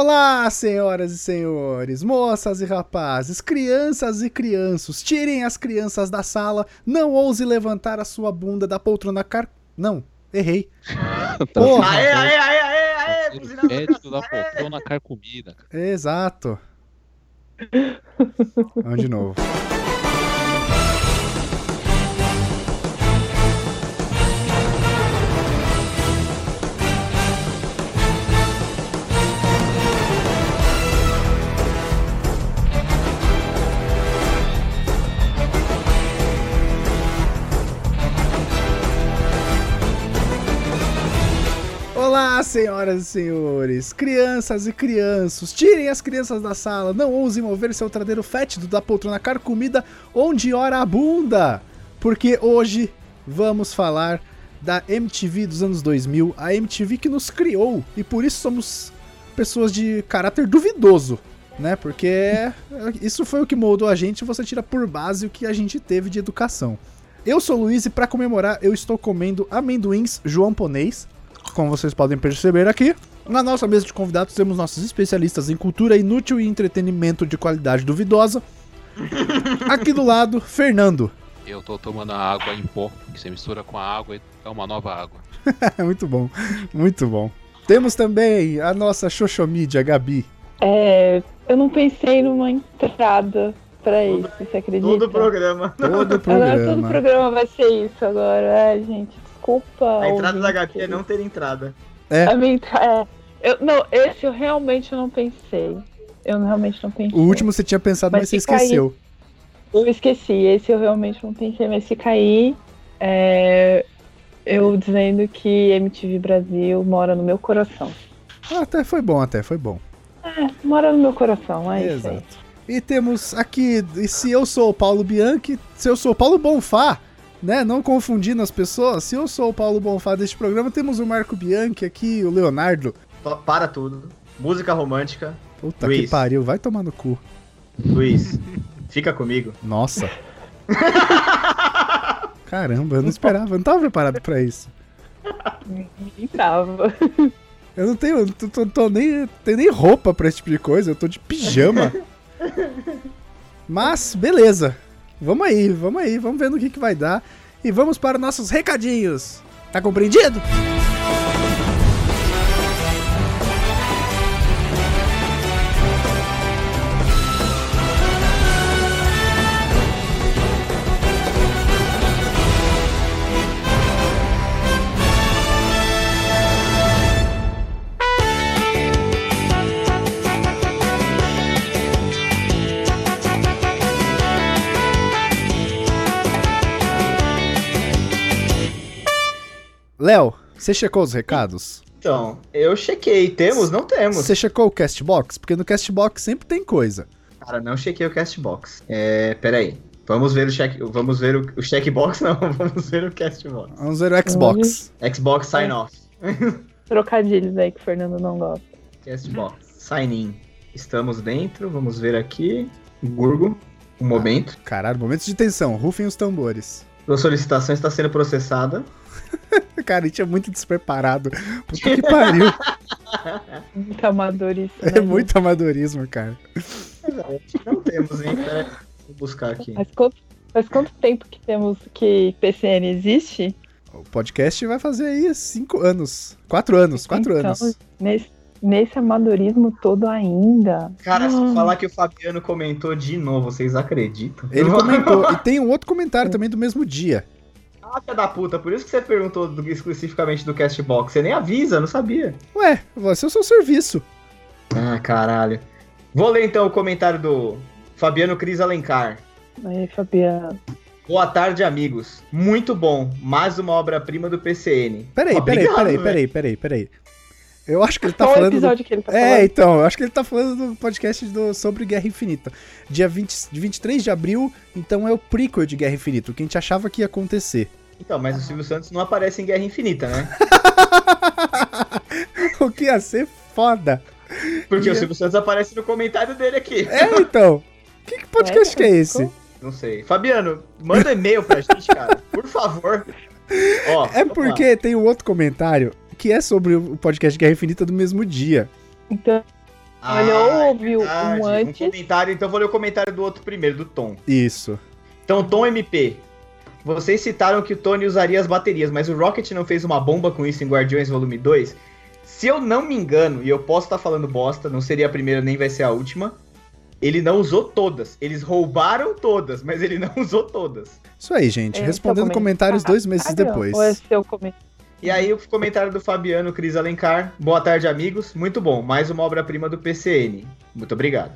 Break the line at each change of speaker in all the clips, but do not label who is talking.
Olá, senhoras e senhores, moças e rapazes, crianças e crianças, tirem as crianças da sala, não ouse levantar a sua bunda da poltrona car... Não, errei. Porra.
Ah,
Aê, aê, aê, aê,
é,
aê, buzina
tá
pra
Médico da
cá.
poltrona carcomida. cara.
Exato. Vamos de novo. Olá, senhoras e senhores, crianças e crianças, tirem as crianças da sala, não ousem mover seu tradeiro fétido da poltrona carcomida onde ora a bunda, porque hoje vamos falar da MTV dos anos 2000, a MTV que nos criou e por isso somos pessoas de caráter duvidoso, né? Porque isso foi o que moldou a gente, você tira por base o que a gente teve de educação. Eu sou o Luiz e para comemorar eu estou comendo amendoins João Ponês como vocês podem perceber aqui. Na nossa mesa de convidados temos nossos especialistas em cultura inútil e entretenimento de qualidade duvidosa. Aqui do lado, Fernando.
Eu tô tomando a água em pó, que você mistura com a água e é uma nova água.
muito bom, muito bom. Temos também a nossa Xoxomídia, Gabi.
É, eu não pensei numa entrada pra isso, você acredita?
Todo o programa.
Todo o
Agora todo
programa.
programa vai ser isso agora. Ai, gente, desculpa.
A entrada da
ouvinte.
HP é não ter entrada.
A minha entra- é, eu- não, esse eu realmente não pensei. Eu realmente não pensei.
O último você tinha pensado, mas,
Mas
você
fica aí.
esqueceu.
Eu esqueci, esse eu realmente não pensei, mas fica aí. é, eu dizendo que MTV Brasil mora no meu coração.
Ah, Até foi bom, até foi bom.
Mora no meu coração, é isso. aí.
Exato. E temos aqui, e se eu sou o Paulo Bianchi, se eu sou o Paulo Bonfá, né? Não confundindo as pessoas, se eu sou o Paulo Bonfá deste programa, temos o Marco Bianchi aqui, o Leonardo.
Pa- Para tudo. Música romântica.
Puta que
Luiz.
pariu, vai tomar no cu.
Luiz, fica comigo.
Nossa. Caramba, eu não esperava, eu não tava preparado pra isso.
Ninguém tava.
Eu não tenho, eu tô, tô- tô nem, tenho nem roupa pra esse tipo de coisa, eu tô de pijama. Mas, beleza. Vamos aí, vamos aí, vamos ver no que, que vai dar. E vamos para os nossos recadinhos. Tá compreendido? Léo, você checou os recados?
Então, eu chequei. Temos? Não temos.
Você checou o Castbox? Porque no Castbox sempre tem coisa.
Cara, não chequei o Castbox. É, peraí. Vamos ver o check. Vamos ver o, o checkbox, não. Vamos ver o Castbox.
Vamos ver o Um Xbox.
Xbox sign off.
Trocadilhos aí que o Fernando não gosta.
Castbox. Sign in. Estamos dentro. Vamos ver aqui. Gurgo. Um momento.
Caralho, momentos de tensão, rufem os tambores.
Sua solicitação está sendo processada.
Cara, a gente é muito despreparado. Puta que pariu.
Muito amador isso. né,
É muito amadorismo, cara.
Não temos, hein? Peraí. Vou buscar aqui.
gente? Faz quanto, faz quanto tempo que temos que PCN existe?
O podcast vai fazer aí cinco anos. Quatro anos, quatro
Então,
anos.
Nesse, nesse amadorismo todo ainda.
Cara, se
Ah.
falar que o Fabiano comentou de novo, vocês acreditam?
Ele comentou. e tem um outro comentário também do mesmo dia.
Ah, filha da puta, por isso que você perguntou do- especificamente do Castbox. Você nem avisa, não sabia.
Ué, você é o seu serviço.
Ah, caralho. Vou ler então o comentário do Fabiano Cris Alencar.
Aí, Fabiano.
Boa tarde, amigos. Muito bom. Mais uma obra-prima do PCN.
Peraí, peraí,
Obrigado, né?
peraí,
velho.
peraí, peraí, peraí. Eu acho que ele tá
Qual o
falando. do-
episódio que ele tá
É,
falando?
então, eu acho que ele tá falando do podcast do- sobre Guerra Infinita. Dia 20, de 23 de abril, então é o prequel de Guerra Infinita, o que a gente achava que ia acontecer.
Então, mas o Silvio Santos não aparece em Guerra Infinita, né?
o que ia ser foda.
Porque
Ia.
o Silvio Santos aparece no comentário dele aqui.
É, então. Que, que podcast
Sério?
que é esse?
Não sei. Fabiano, manda e-mail pra gente, cara. Por favor. Ó,
É
vamos lá.
porque tem um outro comentário que é sobre o podcast Guerra Infinita do mesmo dia.
Então, Olha, ou
é
ouvi um
verdade.
antes.
comentário, então vou ler o comentário do outro primeiro, do Tom.
Isso.
Então, Tom MP. Vocês citaram que o Tony usaria as baterias, mas o Rocket não fez uma bomba com isso em Guardiões Volume 2? Se eu não me engano, e eu posso estar falando bosta, não seria a primeira nem vai ser a última, ele não usou todas. Eles roubaram todas, mas ele não usou todas.
Isso aí, gente.
Esse é o
Respondendo comentários dois meses
Ah, não.
depois.
Ou é seu comentário?
E aí o comentário do Fabiano Cris Alencar. Boa tarde, amigos. Muito bom. Mais uma obra-prima do PCN. Muito obrigado.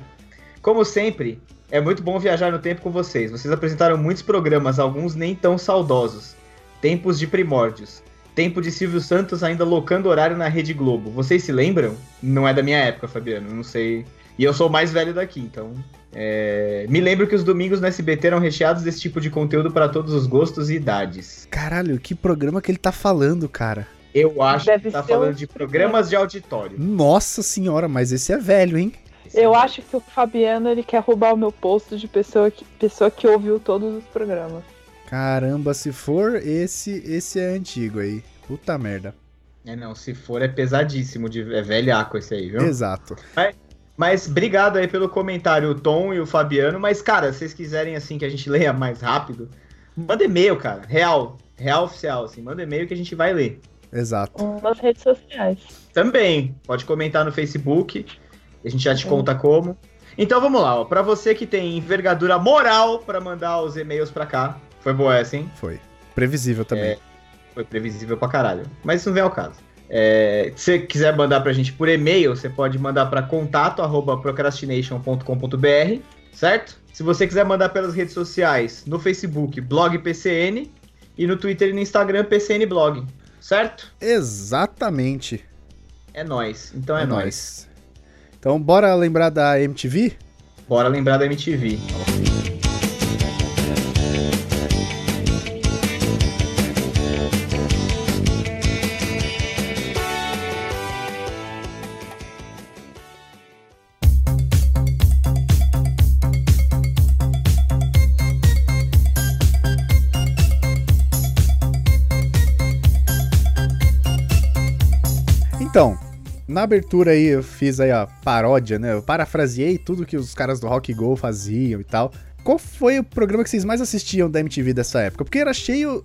Como sempre, é muito bom viajar no tempo com vocês. Vocês apresentaram muitos programas, alguns nem tão saudosos. Tempos de primórdios. Tempo de Silvio Santos ainda locando horário na Rede Globo. Vocês se lembram? Não é da minha época, Fabiano. Não sei. E eu sou o mais velho daqui, então. é, Me lembro que os domingos no SBT eram recheados desse tipo de conteúdo para todos os gostos e idades.
Caralho, que programa que ele tá falando, cara.
Eu acho
Deve
que tá
ser
falando
um-
de programas de auditório.
Nossa senhora, mas esse é velho, hein?
né?
Eu acho que o Fabiano ele quer roubar o meu posto de pessoa que, pessoa que ouviu todos os programas.
Caramba, se for esse, esse é antigo aí. Puta merda.
É, não, se for é pesadíssimo, de, é velhaco esse aí, viu?
Exato.
Mas obrigado aí pelo comentário, o Tom e o Fabiano. Mas, cara, se vocês quiserem, assim, que a gente leia mais rápido, manda e-mail, cara. Real. Real oficial, assim. Manda e-mail que a gente vai ler.
Exato.
Nas redes sociais.
Também. Pode comentar no Facebook. A gente já te conta como. Então, vamos lá. ó. Pra você que tem envergadura moral pra mandar os e-mails pra cá. Foi boa essa, hein?
Foi. Previsível também.
É. Foi previsível pra caralho. Mas isso não vem ao caso. É, se você quiser mandar pra gente por e-mail, você pode mandar pra contato arroba procrastination.com.br, certo? Se você quiser mandar pelas redes sociais, no Facebook, blog PCN, e no Twitter e no Instagram, PCN Blog, certo?
Exatamente.
É nóis. Então é, nóis.
nóis. Então, bora lembrar da MTV?
Bora lembrar da MTV.
Então, na abertura aí eu fiz aí a paródia, né? Eu parafraseei tudo que os caras do Rock Go faziam e tal. Qual foi o programa que vocês mais assistiam da MTV dessa época? Porque era cheio.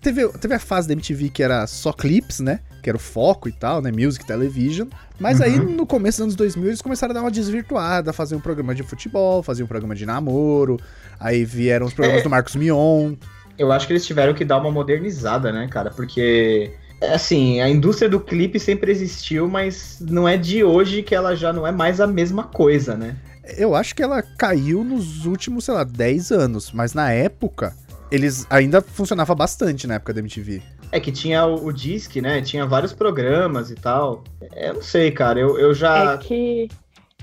Teve, teve a fase da MTV que era só clips, né? Que era o foco e tal, né? Music, television. Mas aí
Uhum.
no começo dos anos 2000 eles começaram a dar uma desvirtuada, fazer um programa de futebol, fazer um programa de namoro. Aí vieram os programas do Marcos Mion.
Eu acho que eles tiveram que dar uma modernizada, né, cara? Porque, é assim, a indústria do clipe sempre existiu, mas não é de hoje que ela já não é mais a mesma coisa, né?
Eu acho que ela caiu nos últimos, sei lá, 10 anos, mas na época eles ainda funcionava bastante na época da MTV.
É que tinha o, o Disc, né? Tinha vários programas e tal. É, Eu não sei, cara. Eu, eu já.
é que,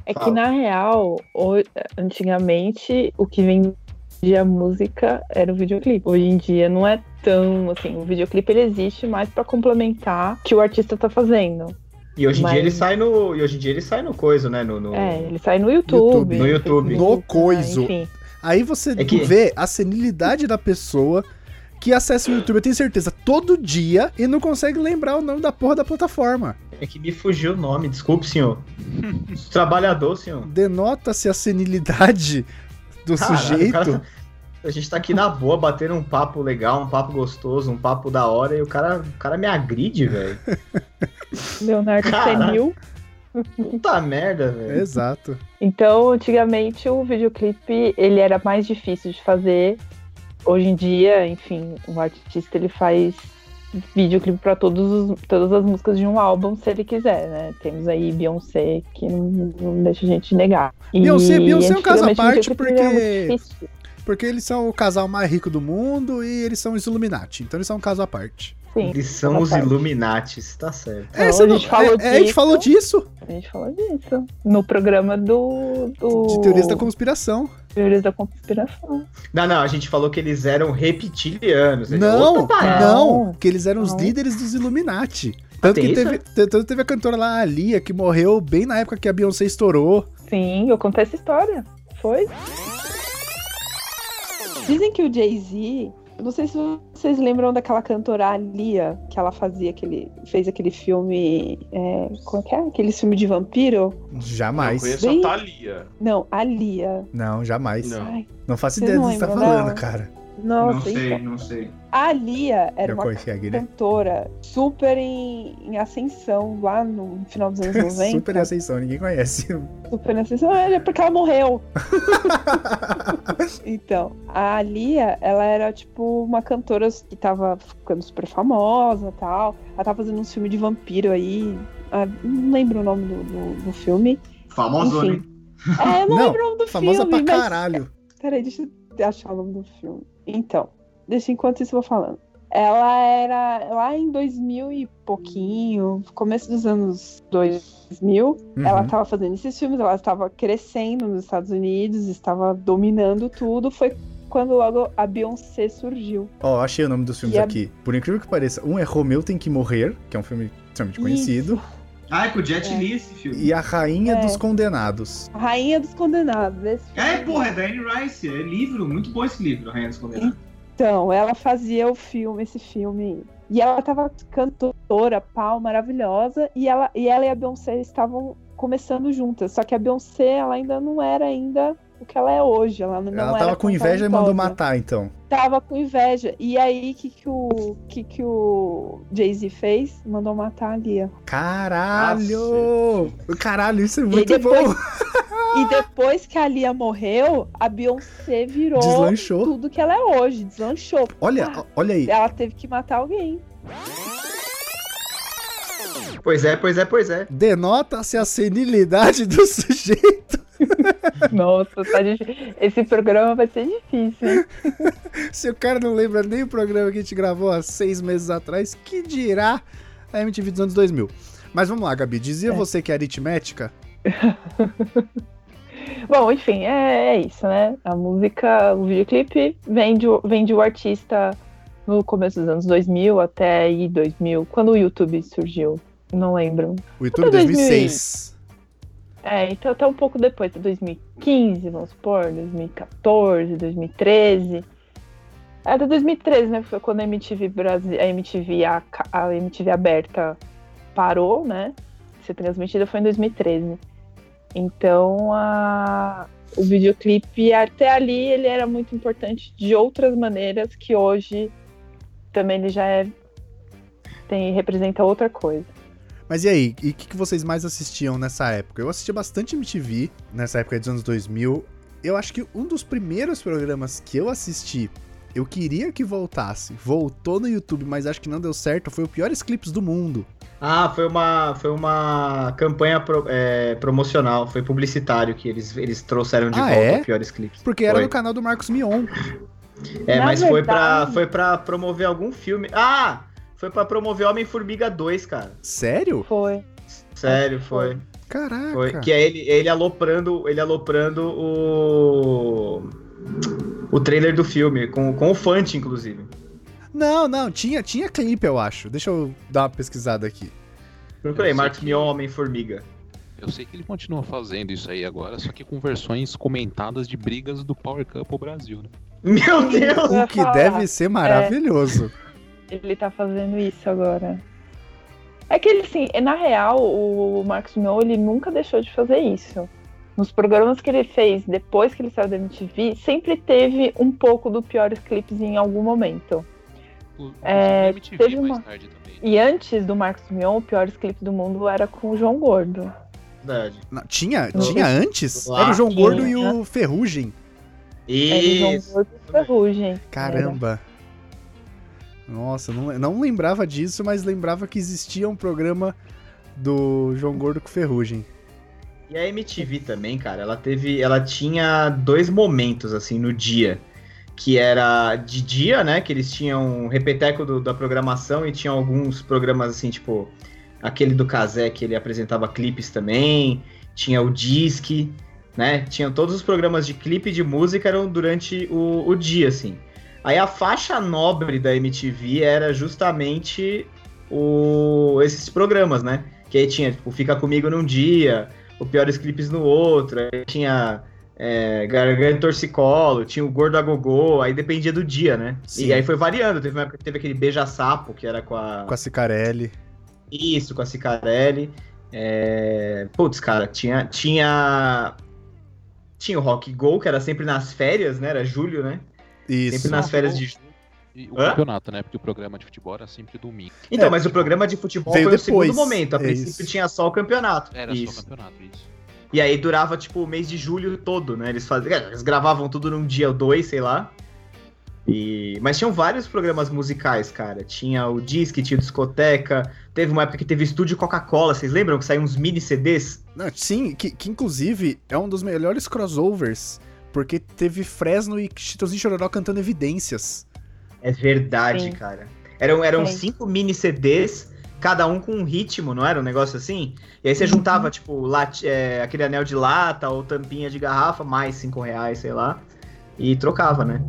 é que
Ah, fala.
na real, ho- antigamente, o que vendia música era o videoclipe. Hoje em dia não é tão assim. O videoclipe ele existe mais pra complementar o que o artista tá fazendo.
E hoje em
mas-
dia ele sai no. E hoje em dia ele sai no coisa, né? No, no-
É, ele sai no YouTube.
YouTube.
No YouTube.
No coiso.
Enfim.
Aí você
É que-
vê a senilidade da pessoa que acessa o YouTube, eu tenho certeza, todo dia e não consegue lembrar o nome da porra da plataforma.
É que me fugiu o nome, desculpe, senhor. Trabalhador, senhor.
Denota-se a senilidade do
Caralho,
sujeito.
o cara- A gente tá aqui na boa, batendo um papo legal, um papo gostoso, um papo da hora, e o cara, o cara me agride, velho.
Leonardo é
Caralho.
Senil.
Puta merda, velho.
Exato.
Então, antigamente o videoclipe ele era mais difícil de fazer. Hoje em dia, enfim, o artista ele faz videoclipe para todos os- todas as músicas de um álbum, se ele quiser, né? Temos aí Beyoncé, que não, não deixa a gente negar. E
Beyoncé- Beyoncé é um caso à
antigamente, o
parte,
videoclipe era muito
porque-
difícil.
Porque eles são o casal mais rico do mundo e eles são os Illuminati, então eles são um caso à parte.
Sim,
Eles são
boa
os
tarde.
Illuminates, tá certo.
Então,
você
a gente falou
é, é, a gente
disso.
falou disso,
a gente falou disso no programa do. do
de teorias da conspiração.
Teorias da Conspiração.
Não, não, a gente falou que eles eram reptilianos. eles-
Não,
é Outra parada. Ah,
não,
Não.
que eles eram os
Não.
líderes dos Illuminati. Tanto
tem
que
isso?
teve, te- tanto teve a cantora lá, a Lia, que morreu bem na época que a Beyoncé estourou.
Sim, eu contei essa história. Foi? Dizem que o Jay-Z Não sei se vocês lembram daquela cantora Lia, que ela fazia aquele. fez aquele filme. É, como é que é? Aquele filme de vampiro?
Jamais.
Eu
Não,
conheço
Bem-
a Thalia.
Não, a Lia.
jamais. Não,
Não.
faço
Você
ideia do
não
que você tá
lembra,
falando,
não?
cara.
Nossa,
não sei,
então.
não sei.
A Lia era
Eu
uma
consegue, né?
cantora super em, em ascensão lá no final dos anos 90.
Super Ascensão, ninguém conhece.
Super em ascensão, é porque ela morreu. Então, a Lia, ela era tipo uma cantora que tava ficando super famosa tal. Ela tava fazendo uns filmes de vampiro aí. Ah, não lembro o nome do, do, do filme. Enfim.
Famosona, hein?
É, eu não,
Não,
lembro o nome do
Famosa
filme.
pra
mas-
caralho.
Peraí, deixa eu achar o nome do filme. Então, deixa enquanto isso eu vou falando. Ela era lá em 2000 e pouquinho, começo dos anos 2000, ela tá-
Uhum.
estava fazendo esses filmes, ela estava crescendo nos Estados Unidos, estava dominando tudo. Foi quando logo a Beyoncé surgiu.
Ó, achei o nome dos filmes
E a-
aqui. Por incrível que pareça, um é Romeu Tem Que Morrer, que é um filme extremamente conhecido.
Ah, é com o Jet
É.
Li esse filme.
E A Rainha
É.
dos Condenados.
A Rainha dos Condenados. Esse
É,
filme.
porra, é da Anne Rice. É livro, muito bom esse livro, Rainha dos Condenados.
Então, ela fazia o filme, esse filme. E ela tava cantora, pau, maravilhosa. E ela e, ela e a Beyoncé estavam começando juntas. Só que a Beyoncé, ela ainda não era ainda o que ela é hoje. Ela não
ela
era
tava com
tão
inveja e mandou
talentosa.
matar, então.
Tava com inveja. E aí, o que, que o, que, que o Jay-Z fez? Mandou matar a Lia.
Caralho! Caralho, isso é muito
depois-
bom!
E depois que a Lia morreu, a Beyoncé virou
Deslanchou.
tudo que ela é hoje. Deslanchou.
Olha, olha aí.
Ela teve que matar alguém.
Pois é, pois é, pois é.
Denota-se a senilidade do sujeito.
Nossa, tá difícil. Esse programa vai ser difícil. hein?
Se o cara não lembra nem o programa que a gente gravou há seis meses atrás, que dirá a MTV dos anos 2000. Mas vamos lá, Gabi. Dizia
É.
você que é aritmética?
Bom, enfim, é, é isso, né? A música, o videoclipe vem de, vem de o artista no começo dos anos 2000 até aí 2000, quando o YouTube surgiu. Não lembro.
O YouTube 2006.
É, então até um pouco depois, 2015, vamos supor, 2014, 2013. Até 2013, né? que Foi quando a MTV Brasil, a MTV, a, ca- a MTV aberta parou, né? de Ser transmitida foi em 2013. Então a, o videoclipe até ali ele era muito importante de outras maneiras que hoje também ele já é tem representa outra coisa.
Mas e aí? E o que, que vocês mais assistiam nessa época? Eu assistia bastante MTV nessa época dos anos 2000. Eu acho que um dos primeiros programas que eu assisti, eu queria que voltasse. Voltou no YouTube, mas acho que não deu certo. Foi o Piores Clipes do Mundo.
Ah, foi uma, foi uma campanha pro- é, promocional, foi publicitário que eles, eles trouxeram de
Ah,
volta
é?
os piores clipes.
Porque era
Foi.
no canal do Marcos Mion.
É,
Na
mas foi, pra,
verdade-
foi pra promover algum filme. Ah! Foi pra promover Homem-Formiga 2, cara.
Sério?
Foi.
Sério, foi.
Ah, Caraca.
foi. Que é ele, ele aloprando, ele aloprando o. O trailer do filme, com, com o Fante, inclusive.
Não, não, tinha, tinha clipe, eu acho. Deixa eu dar uma pesquisada aqui.
Procurei,
Eu sei
Marcos
que-
Mion, Homem-Formiga.
Eu sei que ele continua fazendo isso aí agora, só que com versões comentadas de brigas do Power Couple Brasil, né?
Meu Deus!
Eu ia
O que
falar. É.
deve ser maravilhoso.
Ele tá fazendo isso agora. É que ele, assim, é- na real, o Marcos Mion, ele nunca deixou de fazer isso. Nos programas que ele fez depois que ele saiu da MTV, sempre teve um pouco do piores clipes em algum momento.
Inclusive
É,
na MTV
teve
mais
uma-
tarde também.
E antes do Marcos Mion, o piores clipe do mundo era com o João Gordo.
Verdade.
Não, tinha,
Não.
tinha antes?
Lá
Era o João
tinha.
Gordo e o Ferrugem.
Era o João
Isso.
Gordo e Ferrugem.
Caramba. Nossa, não, não lembrava disso, mas lembrava que existia um programa do João Gordo com Ferrugem.
E a MTV também, cara, ela teve. Ela tinha dois momentos, assim, no dia. Que era de dia, né? Que eles tinham um repeteco do- da programação e tinham alguns programas, assim, tipo. Aquele do Kazé, que ele apresentava clipes também. Tinha o Disque, né? Tinha todos os programas de clipe e de música eram durante o, o dia, assim. Aí a faixa nobre da MTV era justamente o, esses programas, né? Que aí tinha, tipo, Fica Comigo num dia, o Piores Clipes no outro, aí tinha é, Garganta Torcicolo, tinha o Gordo Agogô, aí dependia do dia, né?
Sim.
E aí foi variando, teve uma época que teve aquele Beija-Sapo, que era com a...
Com a Cicarelli.
Isso, com a Cicarelli. É... Putz, cara, tinha, tinha... Tinha o Rock Go, que era sempre nas férias, né? Era julho, né?
Isso.
Sempre nas
Ah,
férias
bom.
de julho.
E o
Hã?
campeonato, né? Porque o programa de futebol era sempre domingo.
Então,
É,
mas o programa de futebol
veio
foi o
depois,
segundo momento. A
é
princípio
isso.
tinha só o campeonato.
Era
isso.
só campeonato, isso.
E aí durava, tipo, o mês de julho todo, né? Eles faziam. Eles gravavam tudo num dia ou dois, sei lá. E... Mas tinham vários programas musicais, cara. Tinha o Disque, tinha o Discoteca. Teve uma época que teve estúdio Coca-Cola. Vocês lembram que saíam uns mini CDs?
Não, sim, que, que inclusive é um dos melhores crossovers, porque teve Fresno e Chitãozinho e Chororó cantando evidências.
É verdade,
Sim.
cara. Eram, eram
Sim.
cinco mini CDs, cada um com um ritmo, não era um negócio assim? E aí
Uhum.
você juntava, tipo, lati- é, aquele anel de lata ou tampinha de garrafa, mais cinco reais, sei lá, e trocava, né?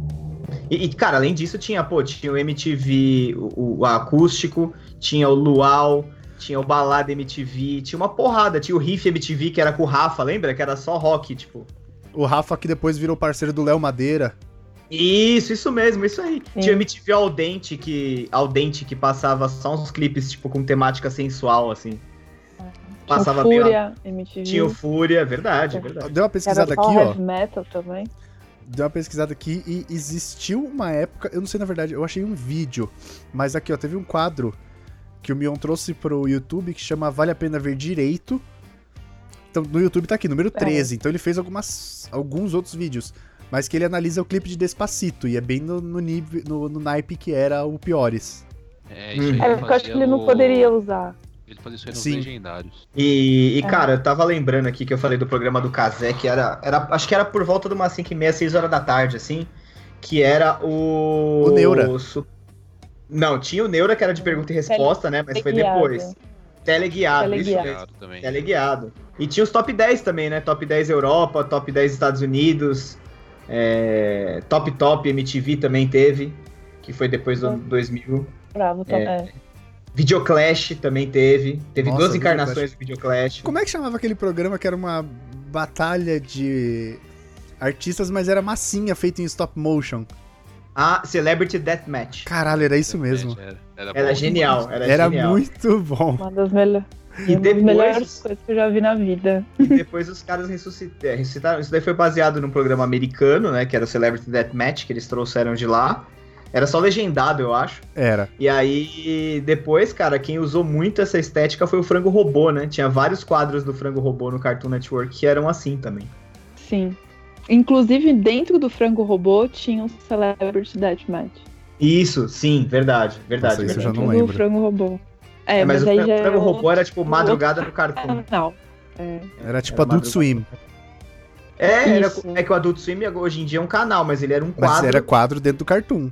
E, e, cara, além disso, tinha, pô, tinha o MTV, o, o acústico, tinha o Luau, tinha o Balada MTV, tinha uma porrada, tinha o Riff MTV, que era com o Rafa, lembra? Que era só rock, tipo.
O Rafa que depois virou parceiro do Léo Madeira.
Isso, isso mesmo, isso aí.
Sim.
Tinha MTV ao dente que ao dente que passava só uns clipes tipo com temática sensual assim. Passava
tinha o
bem.
Fúria, MTV.
Tinha o Fúria, é verdade, é verdade.
Deu uma pesquisada
era
aqui,
só
ó.
heavy metal também.
Deu uma pesquisada aqui e existiu uma época, eu não sei na verdade, eu achei um vídeo, mas aqui ó, teve um quadro que o Mion trouxe pro YouTube que chama Vale a Pena Ver Direito. Então no YouTube tá aqui, número 13. Então ele fez algumas, alguns outros vídeos, mas que ele analisa o clipe de Despacito e é bem no, no, nível- no, no naipe que era o Piores.
É, isso aí
Hum.
É,
ele
porque eu acho que
fazia
ele não
no-
poderia usar.
Ele fazia isso aí nos
Sim.
legendários.
E, e,
É.
cara, eu tava lembrando aqui que eu falei do programa do Kazé, que era, era acho que era por volta de umas 5 e meia, 6 horas da tarde assim, que era o
O Neura.
su- Não, tinha o Neura que era de pergunta e resposta, né, mas foi depois. Teleguiado, isso
Teleguiado.
mesmo.
Claro, também.
Teleguiado. é E tinha os top 10 também, né? Top 10 Europa, top 10 Estados Unidos, é, top top MTV também teve, que foi depois do ano 2000.
Bravo tá,
É.
é, também.
Videoclash também teve. Teve
Nossa,
duas encarnações do Videoclash.
Como é que chamava aquele programa que era uma batalha de artistas, mas era massinha feita em stop motion?
A Celebrity Deathmatch.
Caralho, era isso mesmo.
Era, era bom
Era é genial, era,
Era
é genial.
muito bom.
Uma das, melho-
E
uma das
depois-
um melhores coisas que eu já vi na vida.
E depois os caras ressuscit- é, ressuscitaram. Isso daí foi baseado num programa americano, né? Que era o Celebrity Deathmatch, que eles trouxeram de lá. Era só legendado, eu acho.
Era.
E aí, depois, cara, quem usou muito essa estética foi o Frango Robô, né? Tinha vários quadros do Frango Robô no Cartoon Network que eram assim também.
Sim. Inclusive, dentro do frango robô tinha um Celebrity Deathmatch.
Isso, sim, verdade, verdade.
Nossa, isso eu já
verdade.
não
Dentro
lembro.
do frango robô. É,
É, mas,
mas,
o
aí
Fra-
já
Frango
era
Robô era tipo
outro
madrugada no Cartoon.
canal. É.
Era tipo
Era
Adult
madrugada.
Swim.
É, era-
Isso.
é que o Adult Swim hoje em dia é um canal, mas ele era um
Mas
quadro.
era quadro dentro do cartoon.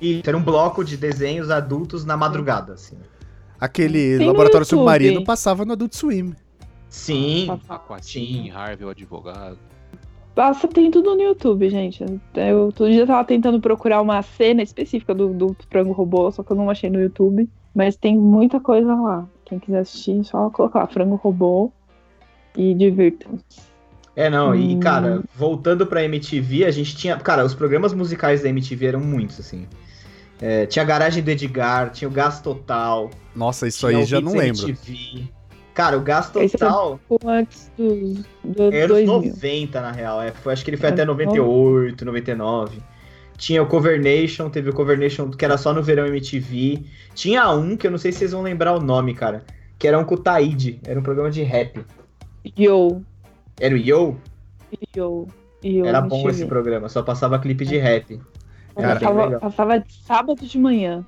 Isso, era um bloco de desenhos adultos na madrugada, assim.
Aquele
Tem no
Laboratório
YouTube.
Submarino passava no Adult Swim.
Sim,
Aquatim, Harvey, o advogado.
Passa, tem tudo no YouTube, gente. Eu todo dia tava tentando procurar uma cena específica do, do frango robô, só que eu não achei no YouTube. Mas tem muita coisa lá. Quem quiser assistir, é só colocar lá, frango robô e divirtam.
É, não, e
Hum.
cara, voltando pra MTV, a gente tinha. Cara, os programas musicais da MTV eram muitos, assim. É, tinha a Garagem do Edgar, tinha o Gás Total.
Nossa, isso
tinha
aí
o
já não
Hits
lembro.
MTV. Cara, o Gás
Esse é
Total
Antes dos do
era os
2000.
90, na real. É, foi, acho que ele foi
Era
até
os
98, 99. Tinha o Covernation, teve o Covernation que era só no verão MTV. Tinha um que eu não sei se vocês vão lembrar o nome, cara. Que era um com o Taíde, era um programa de rap.
Yo,
Era o Yo?
yo, yo.
Era bom
MTV.
esse programa, só passava clipe de rap.
Cara,
bem
passava,
legal.
passava de sábado de manhã.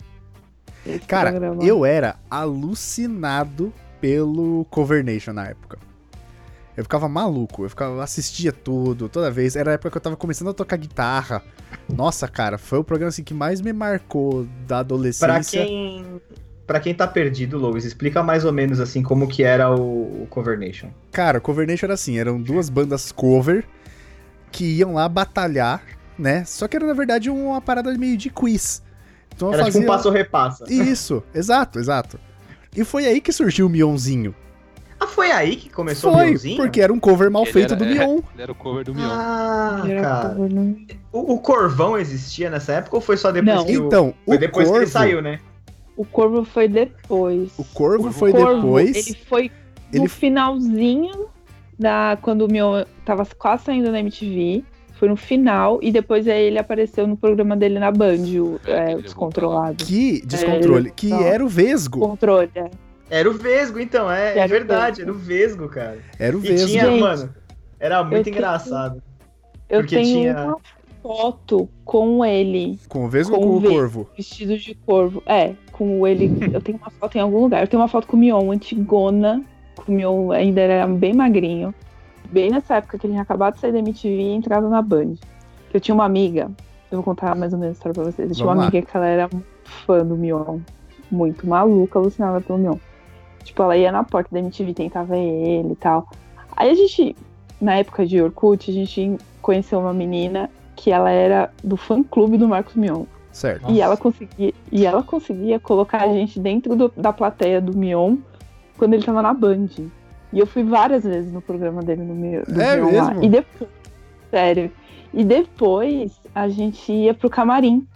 esse
Cara,
programa.
eu era alucinado pelo Covernation na época. Eu ficava maluco, eu ficava, assistia tudo, toda vez. Era a época que eu tava começando a tocar guitarra. Nossa, cara, foi o programa assim, que mais me marcou da adolescência.
Pra quem, pra quem tá perdido, Lois, explica mais ou menos assim como que era o, o Covernation.
Cara, o Covernation era assim, eram duas bandas cover que iam lá batalhar, né? Só que era, na verdade, uma parada meio de quiz. Então eu
Era um
fazia...
tipo um passo-repassa.
Isso, exato, exato. E foi aí que surgiu o Mionzinho.
Ah, foi aí que começou o
Foi,
Mionzinho?
porque era um cover mal feito do Mion.
Ele era o cover do Mion.
Ah,
Era
cara.
cover, né?
O, o Corvão existia nessa época ou foi só depois
Não.
que o...
Então,
Foi
o
depois
Corvo,
que ele saiu, né?
O Corvo foi depois.
o Corvo
O
foi
Corvo,
depois.
Ele foi
Ele-
no finalzinho da quando o Mion tava quase saindo na MTV. Foi no final e depois aí ele apareceu no programa dele na Band, o
É,
é,
ele
Descontrolado.
Que descontrole, que
tá.
era o Vesgo.
Controle, é.
Era o Vesgo, então, é, é
Era o
verdade,
Vesgo.
era o Vesgo, cara.
Era o
E
Vesgo.
tinha,
Gente,
mano, era muito
tenho-
engraçado.
Eu
Porque
tenho
tinha-
uma foto com ele,
Com o Vesgo
com
ou
o
com o
Vesgo.
Corvo?
vestido de corvo. É, com ele. eu tenho uma foto em algum lugar. Eu tenho uma foto com o Mion, antigona. Com o Mion ainda era bem magrinho. Bem nessa época que ele tinha acabado de sair da MTV e entrado na Band. Eu tinha uma amiga. Eu vou contar mais ou menos a história pra vocês. Eu tinha
Vamos
uma
lá.
amiga que ela era muito fã do Mion. Muito maluca, alucinada pelo Mion. Tipo, ela ia na porta da MTV, tentava ele e tal. Aí a gente, na época de Orkut, a gente conheceu uma menina que ela era do fã clube do Marcos Mion.
Certo.
E ela conseguia, e ela conseguia colocar a gente dentro do- da plateia do Mion quando ele tava na Band. E eu fui várias vezes no programa dele no Mi- do
É
Mion lá.
mesmo?
E depois, sério. E depois a gente ia pro camarim.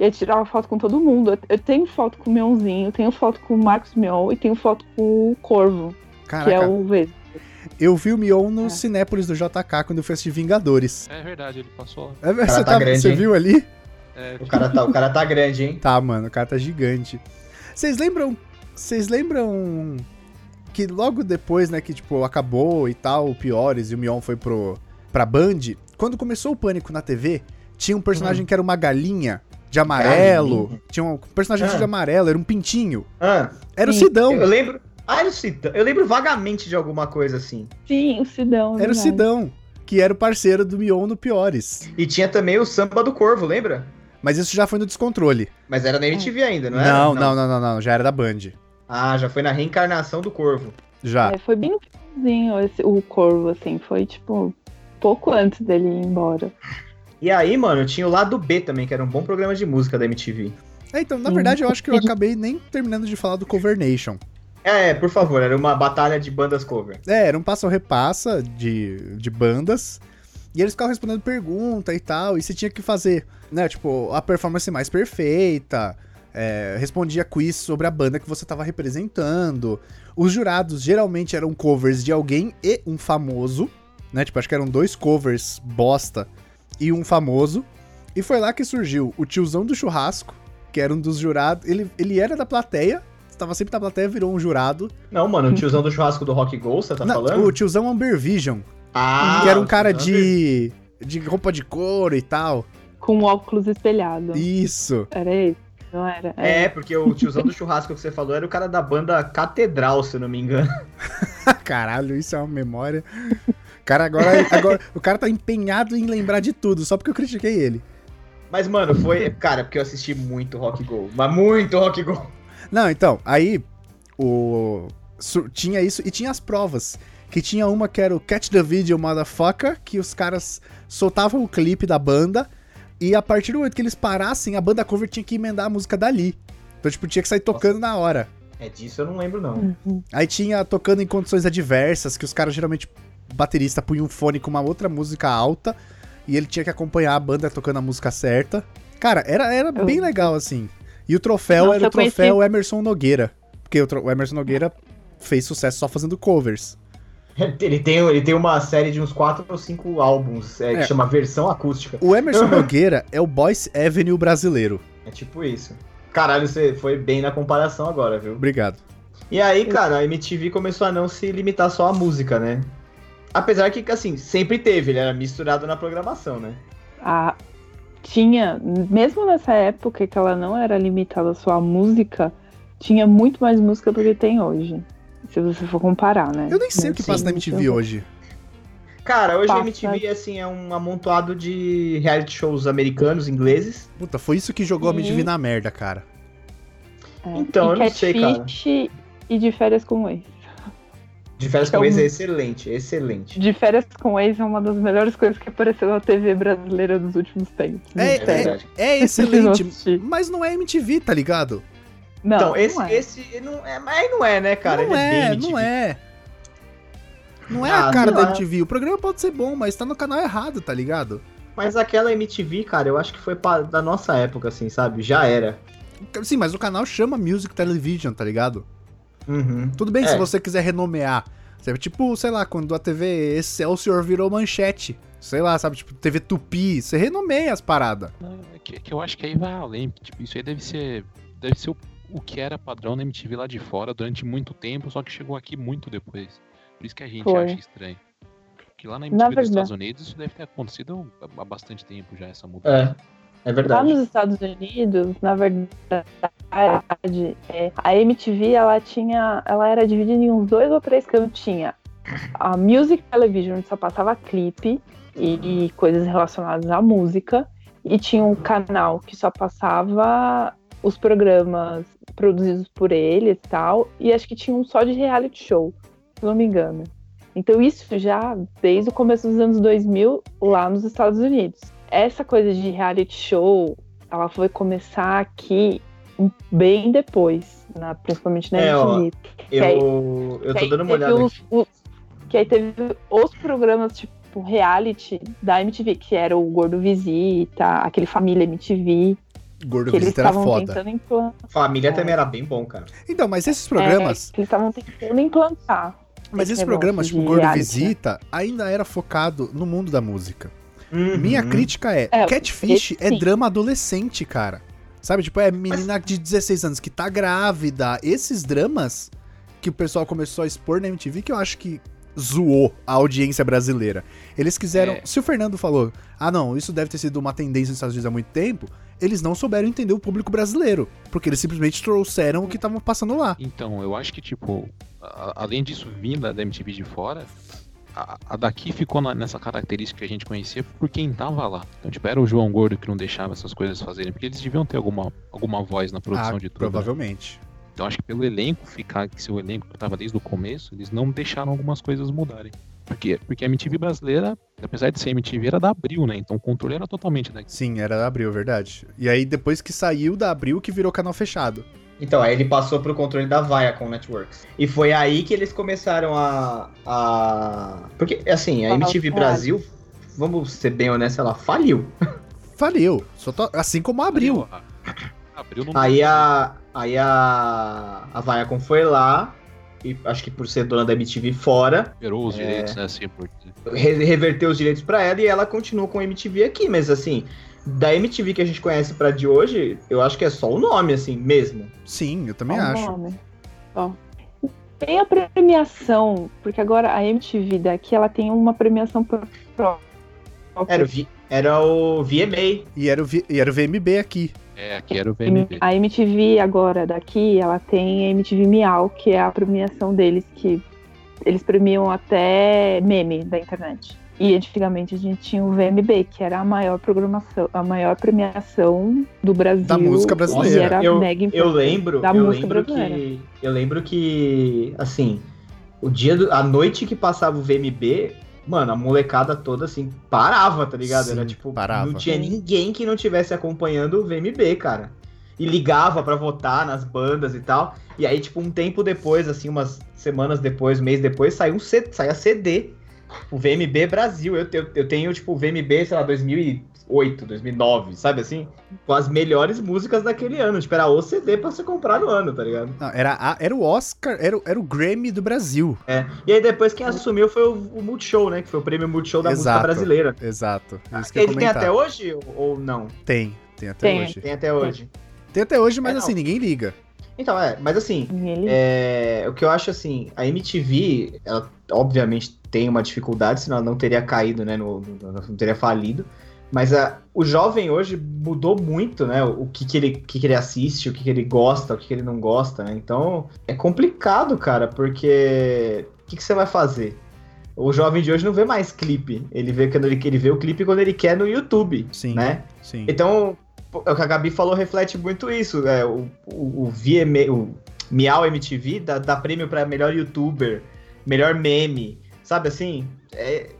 Ia tirar foto com todo mundo. Eu- Eu tenho foto com o Mionzinho, eu tenho foto com o Marcos Mion e tenho foto com o Corvo,
Caraca,
que é o Vesgo.
eu vi o Mion no
É.
Cinépolis do JK quando eu fui assistir Vingadores.
É verdade, ele passou.
É,
cara
Você,
tá
tá-
grande,
você
hein?
viu ali?
É,
O cara, tá, o cara tá grande, hein?
Tá, mano, o cara tá gigante. Vocês lembram. Vocês lembram que logo depois, né, que tipo, acabou e tal, o Piores e o Mion foi pro pra Band, quando começou o pânico na TV, tinha um personagem que era uma galinha de amarelo,
Hum. Galinha?
tinha um personagem
Ah.
de amarelo, era um pintinho.
Ah,
Era o
Sim.
Sidão.
eu lembro. Ah, era o Cidão. Eu lembro vagamente de alguma coisa assim.
Sim, o Sidão. é
Era o
verdade.
Sidão, que era o parceiro do Mion no Piores.
E tinha também o samba do corvo, lembra?
Mas isso já foi no descontrole.
Mas era na MTV ainda, não
Não,
era?
não, não, não, não, já era da Band.
Ah, já foi na reencarnação do corvo.
Já.
É, foi bem no finalzinho esse- o Corvo, assim. Foi, tipo, pouco antes dele ir embora.
E aí, mano, tinha o lado B também, que era um bom programa de música da MTV.
É, então, na
Sim.
verdade, eu acho que eu acabei nem terminando de falar do Cover Nation.
É, é, por favor, era uma batalha de bandas cover.
É, era um passa-repassa de, de bandas. E eles ficavam respondendo pergunta e tal. E você tinha que fazer, né? Tipo, a performance mais perfeita. é, respondia quiz sobre a banda que você estava representando. Os jurados geralmente eram covers de alguém e um famoso. Né? Tipo, acho que eram dois covers bosta e um famoso. E foi lá que surgiu o tiozão do churrasco, que era um dos jurados. Ele, ele era da plateia, estava sempre na plateia, virou um jurado.
Não, mano, o tiozão do churrasco do Rock Ghost, você tá
Não,
falando?
O tiozão Amber Vision
Ah,
que era um
o
cara
tiozão
de, de roupa de couro e tal.
Com óculos espelhado.
Isso.
Era esse? Não era?
É, porque o tiozão do churrasco que você falou era o cara da banda Catedral, se eu não me engano.
Caralho, isso é uma memória. O Cara, agora, agora o cara tá empenhado em lembrar de tudo, só porque eu critiquei ele.
Mas, mano, foi. Cara, porque eu assisti muito Rock Go. Mas muito Rock Go.
Não, então, aí o su- tinha isso e tinha as provas, que tinha uma que era o Catch the Video Motherfucker, que os caras soltavam o clipe da banda e a partir do momento que eles parassem, a banda cover tinha que emendar a música dali. Então, tipo, tinha que sair tocando na hora.
É disso eu não lembro, não.
Uhum.
Aí tinha tocando em condições adversas, que os caras geralmente, baterista, punha um fone com uma outra música alta e ele tinha que acompanhar a banda tocando a música certa. Cara, era, era
Eu-
bem legal, assim. E o troféu
Nossa,
era o
eu conheci-
troféu Emerson Nogueira. Porque o, tro- o Emerson Nogueira fez sucesso só fazendo covers.
Ele tem, ele tem uma série de uns 4 ou 5 álbuns é, que
É.
chama Versão Acústica.
O Emerson Nogueira é o Boyce Avenue brasileiro.
É tipo isso. Caralho, você foi bem na comparação agora, viu?
Obrigado.
E aí, cara, a MTV começou a não se limitar só à música, né? Apesar que, assim, sempre teve, ele era misturado na programação, né?
A- Tinha, mesmo nessa época que ela não era limitada só à música, tinha muito mais música do que tem hoje. Se você for comparar, né?
Eu nem sei o que
Assim,
passa na MTV
então-
hoje.
Cara, hoje a
Passa.
MTV, assim, é um amontoado de reality shows americanos, ingleses.
Puta, foi isso que jogou a
Sim.
MTV na merda, cara.
É. E
Então, eu não sei,
Catfish E de férias com ex.
De férias
Que é
com
um-
ex é excelente, excelente.
De férias com ex é uma das melhores coisas que apareceu na TV brasileira dos últimos tempos.
É,
É verdade.
É
Eu não
excelente,
assisti.
mas não é MTV, tá ligado?
Não,
então, esse,
não é.
esse não é, mas não é, né, cara?
não
ele
é,
bem
não
MTV.
é. Não é
Ah,
a cara
sei
da
lá.
MTV. O programa pode ser bom, mas tá no canal errado, tá ligado?
Mas aquela MTV, cara, eu acho que foi pa- da nossa época, assim, sabe? Já era.
Sim, mas o canal chama Music Television, tá ligado?
Uhum.
Tudo bem
É.
se você quiser renomear. Sabe? Tipo, sei lá, quando a TV Excelsior é virou manchete. Sei lá, sabe? Tipo, TV Tupi. Você renomeia as paradas.
Não, é que, é que eu acho que aí vai além. porque, Tipo, isso aí deve ser, deve ser o, o que era padrão na MTV lá de fora durante muito tempo, só que chegou aqui muito depois. Por isso que a gente
Foi.
acha estranho. Porque lá na MTV dos
verdade.
Estados Unidos isso deve ter acontecido há- há bastante tempo já, essa mudança.
É, é
Lá
verdade.
Tá nos Estados Unidos, na verdade, é, a MTV ela tinha, ela era dividida em uns dois ou três cantos. Tinha a Music Television, onde só passava clipe e, e coisas relacionadas à música, e tinha um canal que só passava os programas produzidos por ele e tal, e acho que tinha um só de reality show, se não me engano. Então isso já desde o começo dos anos 2000 lá nos Estados Unidos essa coisa de reality show, ela foi começar aqui bem depois, na- principalmente na
É, ó,
MTV.
Eu, eu
Que
tô
aí
dando uma
teve um
olhada
os-
aqui.
os- que aí teve os programas, tipo, reality da MTV, que era o Gordo Visita, aquele Família MTV,
Gordo
que eles
Visita era
estavam
foda.
tentando implantar.
Família também era bem bom, cara.
Então, mas esses
é,
programas.
que eles estavam tentando implantar.
Mas esses
É, negócio
programas, tipo
de
Gordo
reality,
Visita, ainda era focado no mundo da música.
Uhum.
Minha crítica é,
É,
Catfish é
esse sim.
drama adolescente, cara. Sabe, tipo, é menina de 16 anos que tá grávida. Esses dramas que o pessoal começou a expor na MTV, que eu acho que zoou a audiência brasileira. Eles quiseram...
É.
Se o Fernando falou, ah não, isso deve ter sido uma tendência nos Estados Unidos há muito tempo, eles não souberam entender o público brasileiro, porque eles simplesmente trouxeram o que tava passando lá.
Então, eu acho que, tipo, a- a- além disso vinda da MTV de fora, a, a daqui ficou na- nessa característica que a gente conhecia por quem tava lá. Então, tipo, era o João Gordo que não deixava essas coisas fazerem, porque eles deviam ter alguma, alguma voz na produção
Ah,
de tudo. né?
provavelmente.
Então acho que pelo elenco ficar, que seu elenco que tava desde o começo, eles não deixaram algumas coisas mudarem. Por quê? Porque a MTV brasileira, apesar de ser MTV, era da Abril, né? Então o controle era totalmente daqui.
Sim, era da Abril, é verdade. E aí depois que saiu da Abril que virou canal fechado.
Então, aí ele passou pro controle da Viacom Networks. E foi aí que eles começaram a. a... Porque, assim, a
Ah,
MTV
cara.
Brasil, vamos ser bem honestos, ela faliu.
Faliu. Só to- Assim como a Abril.
A- Abril não
Aí a. Aí a. A Viacom foi lá. E acho que por ser dona da MTV fora,
recuperou os
É.
direitos, né? Assim, por...
re- reverteu os direitos pra ela e ela continua com a MTV aqui. Mas assim, da MTV que a gente conhece pra de hoje, eu acho que é só o nome, assim, mesmo.
Sim, eu também
Qual o
acho.
nome? Ó. Tem a premiação, porque agora a MTV daqui ela tem uma premiação pró- própria.
Era o, Vi- era o VMA.
E era, o V- e era o VMB aqui.
É, aqui era o VMB.
A MTV agora daqui, ela tem a MTV Miau, que é a premiação deles, que eles premiam até meme da internet. E antigamente a gente tinha o VMB, que era a maior programação, a maior premiação do Brasil.
Da música brasileira.
E era
Eu-
mega
Eu
importante.
lembro,
Da
eu
música
lembro
brasileira.
que eu lembro que assim, o dia do, a noite que passava o VMB, mano, a molecada toda assim parava, tá ligado?
Sim,
Era tipo,
parava.
não tinha ninguém que não tivesse acompanhando o VMB, cara. E ligava pra votar nas bandas e tal. E aí tipo um tempo depois, assim, umas semanas depois, mês depois, saiu um C, saía CD o VMB Brasil. Eu, eu, eu tenho, tipo, o VMB, sei lá, 2008, 2009, sabe assim? Com as melhores músicas daquele ano. Tipo, era o CD pra você comprar no ano, tá ligado?
Não, era, a- era o Oscar, era, o- era o Grammy do Brasil.
E aí depois quem assumiu foi o, o Multishow, né? Que foi o prêmio Multishow da
Então Exato.
música brasileira.
Exato. é Isso que eu ia
Ele tem
comentar.
até hoje ou- ou não?
Tem, tem até
Tem.
hoje.
Tem até hoje.
Tem até hoje, mas
É, não.
assim, ninguém liga.
Então, é, mas assim,
Ele-
É, o que eu acho assim, a MTV, ela obviamente tem uma dificuldade, senão ela não teria caído, né? no- no- no- não teria falido. Mas a- o jovem hoje mudou muito, né? O que, que, ele, o que, que ele assiste, o que, que ele gosta, o que, que ele não gosta, né? Então é complicado, cara, porque o que, que você vai fazer? O jovem de hoje não vê mais clipe. Ele vê quando ele, ele vê o clipe quando ele quer no YouTube,
Sim,
né?
sim.
Então, pô, é o que a Gabi falou reflete muito isso. É, o, o, o VMA, o Miau MTV dá, dá prêmio pra melhor youtuber, melhor meme, sabe assim? É,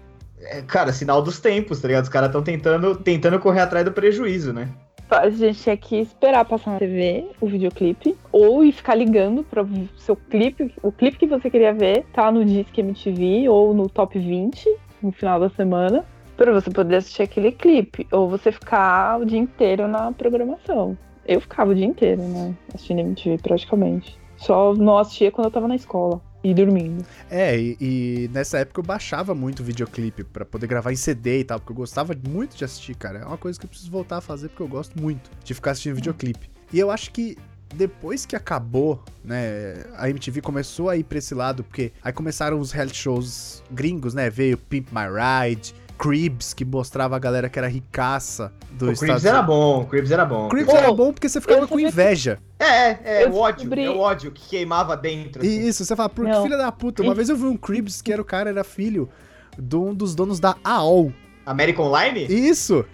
é, cara, sinal dos tempos, tá ligado? Os caras estão tentando, tentando correr atrás do prejuízo, né?
a gente tinha que esperar passar na TV o videoclipe, ou ir ficar ligando para seu clipe, o clipe que você queria ver, tá no Disque MTV ou no Top 20 no final da semana, para você poder assistir aquele clipe, ou você ficar o dia inteiro na programação. Eu ficava o dia inteiro, né, assistindo MTV praticamente. Só não assistia quando eu tava na escola e dormindo.
É, e, e nessa época eu baixava muito videoclipe pra poder gravar em CD e tal, porque eu gostava muito de assistir, cara. É uma coisa que eu preciso voltar a fazer porque eu gosto muito de ficar assistindo videoclipe. E eu acho que depois que acabou, né, a MTV começou a ir pra esse lado, porque aí começaram os reality shows gringos, né? Veio Pimp My Ride, Cribs, que mostrava a galera que era ricaça do
O Cribs era bom, o Cribs era bom.
Cribs era bom porque você ficava com inveja.
É, é, é
Eu
o ódio,
descobri-
é o ódio que queimava dentro. assim.
E isso, você fala, por que
Não.
filha da puta? Uma
E-
vez eu vi um Cribs que era o cara, era filho de um dos donos da AOL.
American Online?
Isso!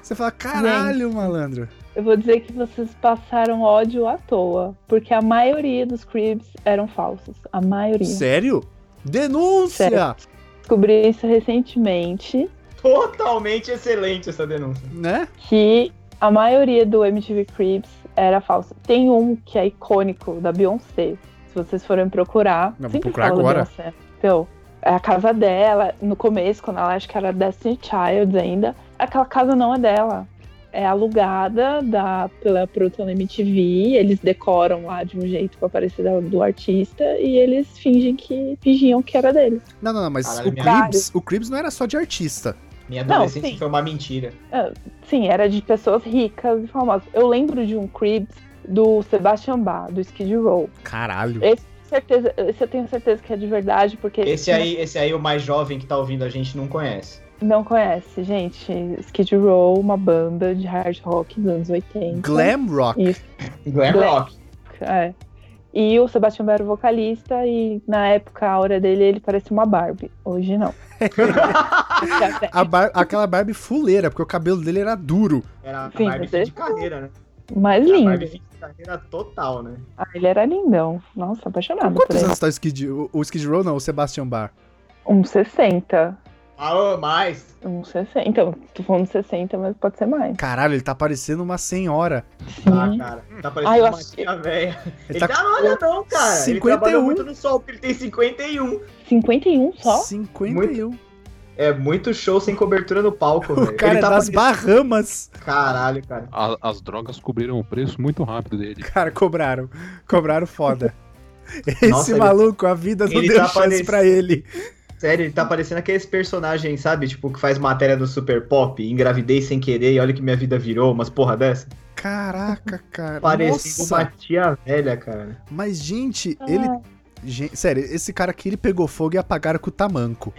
você fala, caralho, malandro.
Eu vou dizer que vocês passaram ódio à toa, porque a maioria dos cribs eram falsos. A maioria.
Sério? Denúncia!
Sério. Descobri isso recentemente,
Totalmente excelente essa denúncia.
Né?
que a maioria do MTV Cribs era falsa. Tem um que é icônico, da Beyoncé. Se vocês forem procurar,
Não, vou
sempre
procurar
fala
agora.
da Beyoncé. Então, é a casa dela, no começo, quando ela acho que era Destiny Child ainda, aquela casa não é dela. É alugada da, pela produção da MTV, eles decoram lá de um jeito pra parecer da- do artista e eles fingem que fingiam que era deles.
Não, não, não, mas
Caralho,
o
minha-
Cribs, o Cribs não era só de artista.
Minha
Não,
adolescência
sim.
foi uma mentira.
Sim, era de pessoas ricas e famosas. Eu lembro de um Cribs do Sebastian Bach, do Skid Row.
Caralho.
Esse, certeza, esse eu tenho certeza que é de verdade, porque
Esse aí, esse aí, o mais jovem que tá ouvindo a gente não conhece.
não conhece, gente. Skid Row, uma banda de hard rock dos anos 80.
Glam rock.
Então, Isso,
Glam
Glam.
Rock.
é. E o Sebastian Bach era o vocalista e na época a aura dele ele parecia uma Barbie. Hoje não.
A bar- aquela Barbie fuleira, porque o cabelo dele era duro.
Era a
Sim,
Barbie
você-
fim de carreira, né?
Mas
Era A
lindo.
Barbie fim de carreira total, né?
Ah, ele era lindão. Nossa, apaixonada por
Quantos
ele. Um
anos tá o Skid, o, o Skid Row, não, o Sebastian Bar?
Uns 60.
Ah, ô, mais.
Uns 60. Então, tô falando 60, mas pode ser mais.
Caralho, ele tá parecendo uma senhora.
Ah,
Sim.
cara. Tá
Ah,
parecendo
eu
uma
achei-
tia velha.
Ele
Ele,
tá
tá... não olha não, cara.
51.
Ele trabalhou muito no sol, porque ele tem 51.
51 só?
51.
É muito show sem cobertura no palco, velho.
O cara
ele
é
tá
das
parecendo-
Bahamas.
Caralho, cara.
A- as drogas cobriram o preço muito rápido dele.
Cara, cobraram. Cobraram foda. Esse
Nossa, ele-
maluco, a vida não
ele
deu
tá
chance
parecendo-
pra ele.
Sério, ele tá parecendo aqueles personagens, sabe? Tipo, que faz matéria no Super Pop, engravidei sem querer e olha que minha vida virou, umas porra dessa.
Caraca, cara.
Parecendo
Nossa.
uma tia velha, cara.
Mas, gente,
Ah.
ele. Gen- sério, esse cara aqui ele pegou fogo e apagaram com o tamanco.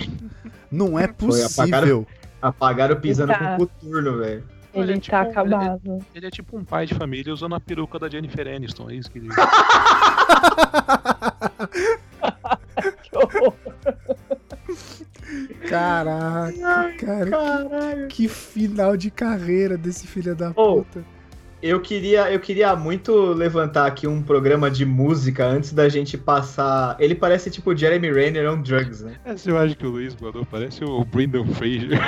Não é possível.
apagaram- Apagaram pisando
Tá.
com o coturno, velho.
Ele
Olha,
tá
tipo,
acabado.
Ele é tipo um pai de família usando a peruca da Jennifer Aniston, é isso que ele...
Caraca, cara.
Caralho.
Que final de carreira desse filho da
Ô.
puta.
Eu queria, eu queria muito levantar aqui um programa de música antes da gente passar. Ele parece tipo Jeremy Renner on drugs, né?
Essa eu acho que o Luiz mandou, parece o Brendan Fraser.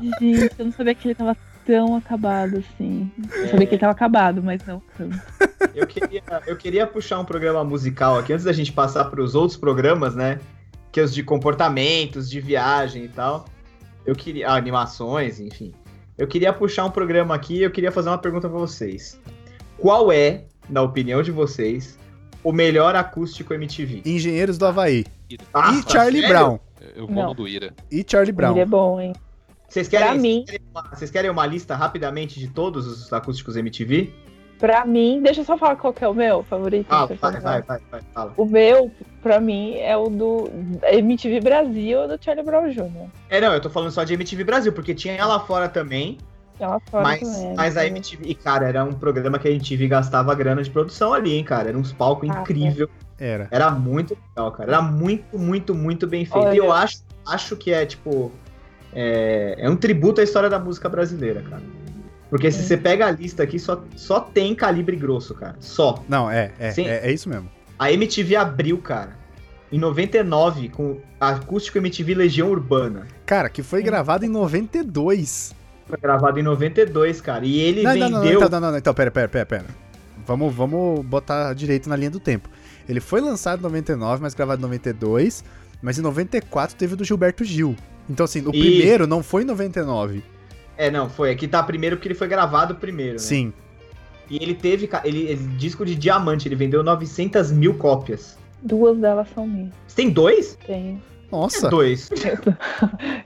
Gente, eu não sabia que ele tava tão acabado assim. Eu sabia que ele tava acabado, mas não tanto.
Eu queria, eu queria puxar um programa musical aqui antes da gente passar para os outros programas, né? Que é os de comportamentos, de viagem e tal. Eu queria ah, animações, enfim. Eu queria puxar um programa aqui e eu queria fazer uma pergunta para vocês. Qual é, na opinião de vocês, o melhor acústico MTV?
Engenheiros do Havaí.
Ah,
e Charlie
sério?
Brown.
Eu vou
Não.
no do Ira.
E Charlie Brown.
Ele é bom, hein?
Vocês
Pra
querem,
mim,
vocês querem uma lista rapidamente de todos os acústicos MTV?
pra mim, deixa eu só falar qual que é o meu favorito.
Ah,
deixa eu
vai,
falar.
vai, vai, vai, fala.
O meu, pra mim, é o do MTV Brasil do Charlie Brown Jr.
É, não, eu tô falando só de MTV Brasil, porque tinha lá fora também,
É uma foto né?
Mas,
também.
mas a MTV, e, cara, era um programa que a MTV gastava grana de produção ali, hein, cara. Era uns palcos
Ah,
incrível.
Era.
Era muito legal, cara. Era muito, muito, muito bem feito.
Olha.
E eu acho, acho que é, tipo. É, é um tributo à história da música brasileira, cara. Porque se
Sim.
você pega a lista aqui, só, só tem calibre grosso, cara. Só.
Não, é, é,
Sim.
é, é isso mesmo.
A MTV abriu, cara. Em 99, com acústico MTV Legião Urbana.
É.
Cara, que foi gravado em 92.
foi gravado em 92, cara. E ele
Não, não,
vendeu.
não, não, então, não, não, não, então, pera, pera, pera, pera. Vamos, vamos botar direito na linha do tempo. Ele foi lançado em 99, mas gravado em 92, mas em 94 teve o do Gilberto Gil. Então, assim, o
Isso.
primeiro não foi em 99.
É, não, foi. Aqui tá primeiro porque ele foi gravado primeiro, né?
Sim.
E ele teve. ca- Ele, ele- disco de diamante, ele vendeu 900 mil cópias.
Duas delas são minhas.
Você tem dois?
Tenho.
Nossa.
Dois.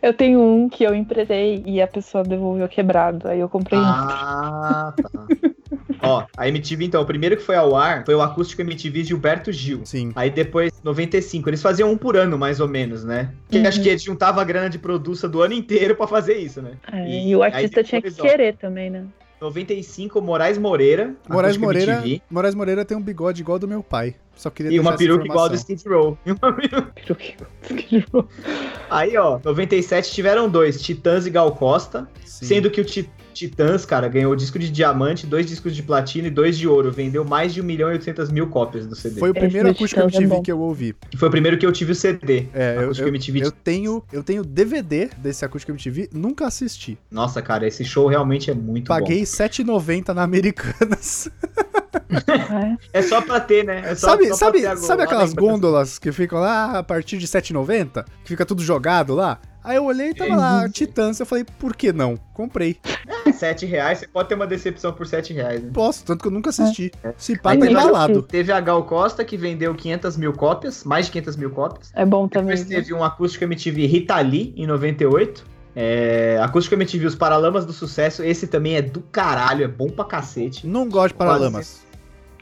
Eu tenho um que eu emprestei e a pessoa devolveu quebrado. Aí eu comprei um. outro.
Ah, tá. Ó, a MTV, então, o primeiro que foi ao ar foi o acústico MTV Gilberto Gil.
Sim.
Aí depois, 95. Eles faziam um por ano, mais ou menos, né? Porque
Uhum.
acho que eles juntavam a grana de produção do ano inteiro pra fazer isso, né?
É,
E
e, o
aí
artista tinha que
depois, ó.
querer também, né?
95, Moraes Moreira.
Moraes
acústico
Moreira,
MTV,
Moraes Moreira tem um bigode igual ao do meu pai. Só queria
E uma
deixar essa
peruca igual a do
informação.
Skid Row.
Peruquinho.
Aí, ó, 97 tiveram dois, Titãs e Gal Costa.
Sim.
Sendo que o Ti- Titãs, cara, ganhou disco de diamante, dois discos de platina e dois de ouro. Vendeu mais de 1 milhão e 800 mil cópias do CD.
Foi o
Esse
primeiro
do
acústico
Titãs é
MTV
bom.
que eu ouvi.
Que Foi o primeiro que eu tive o CD.
É, eu,
acústico
eu,
MTV.
eu tenho, eu tenho DVD desse acústico MTV, nunca assisti.
Nossa, cara, esse show realmente é muito bom.
Paguei R$ 7,90 na Americanas.
É.
É só pra ter, né? É só,
sabe,
só pra
sabe,
ter a-
sabe
a
aquelas
lembrança.
gôndolas que ficam lá "Ah, a partir de 7,90? Que fica tudo jogado lá? Aí eu olhei e tava
Sim.
lá, Titãs. Eu falei, por que não? Comprei.
7 reais, você pode ter uma decepção por 7 reais, né?
Posso, tanto que eu nunca assisti.
É.
Se pá,
Aí
tá
teve a-
embalado.
Teve a Gal Costa, que vendeu 500 mil cópias, mais de 500 mil cópias.
é bom também.
Depois teve um acústico MTV Rita Lee, em 98. É, acústico MTV Os Paralamas do Sucesso, esse também é do caralho, é bom pra cacete.
Não gosto de Paralamas.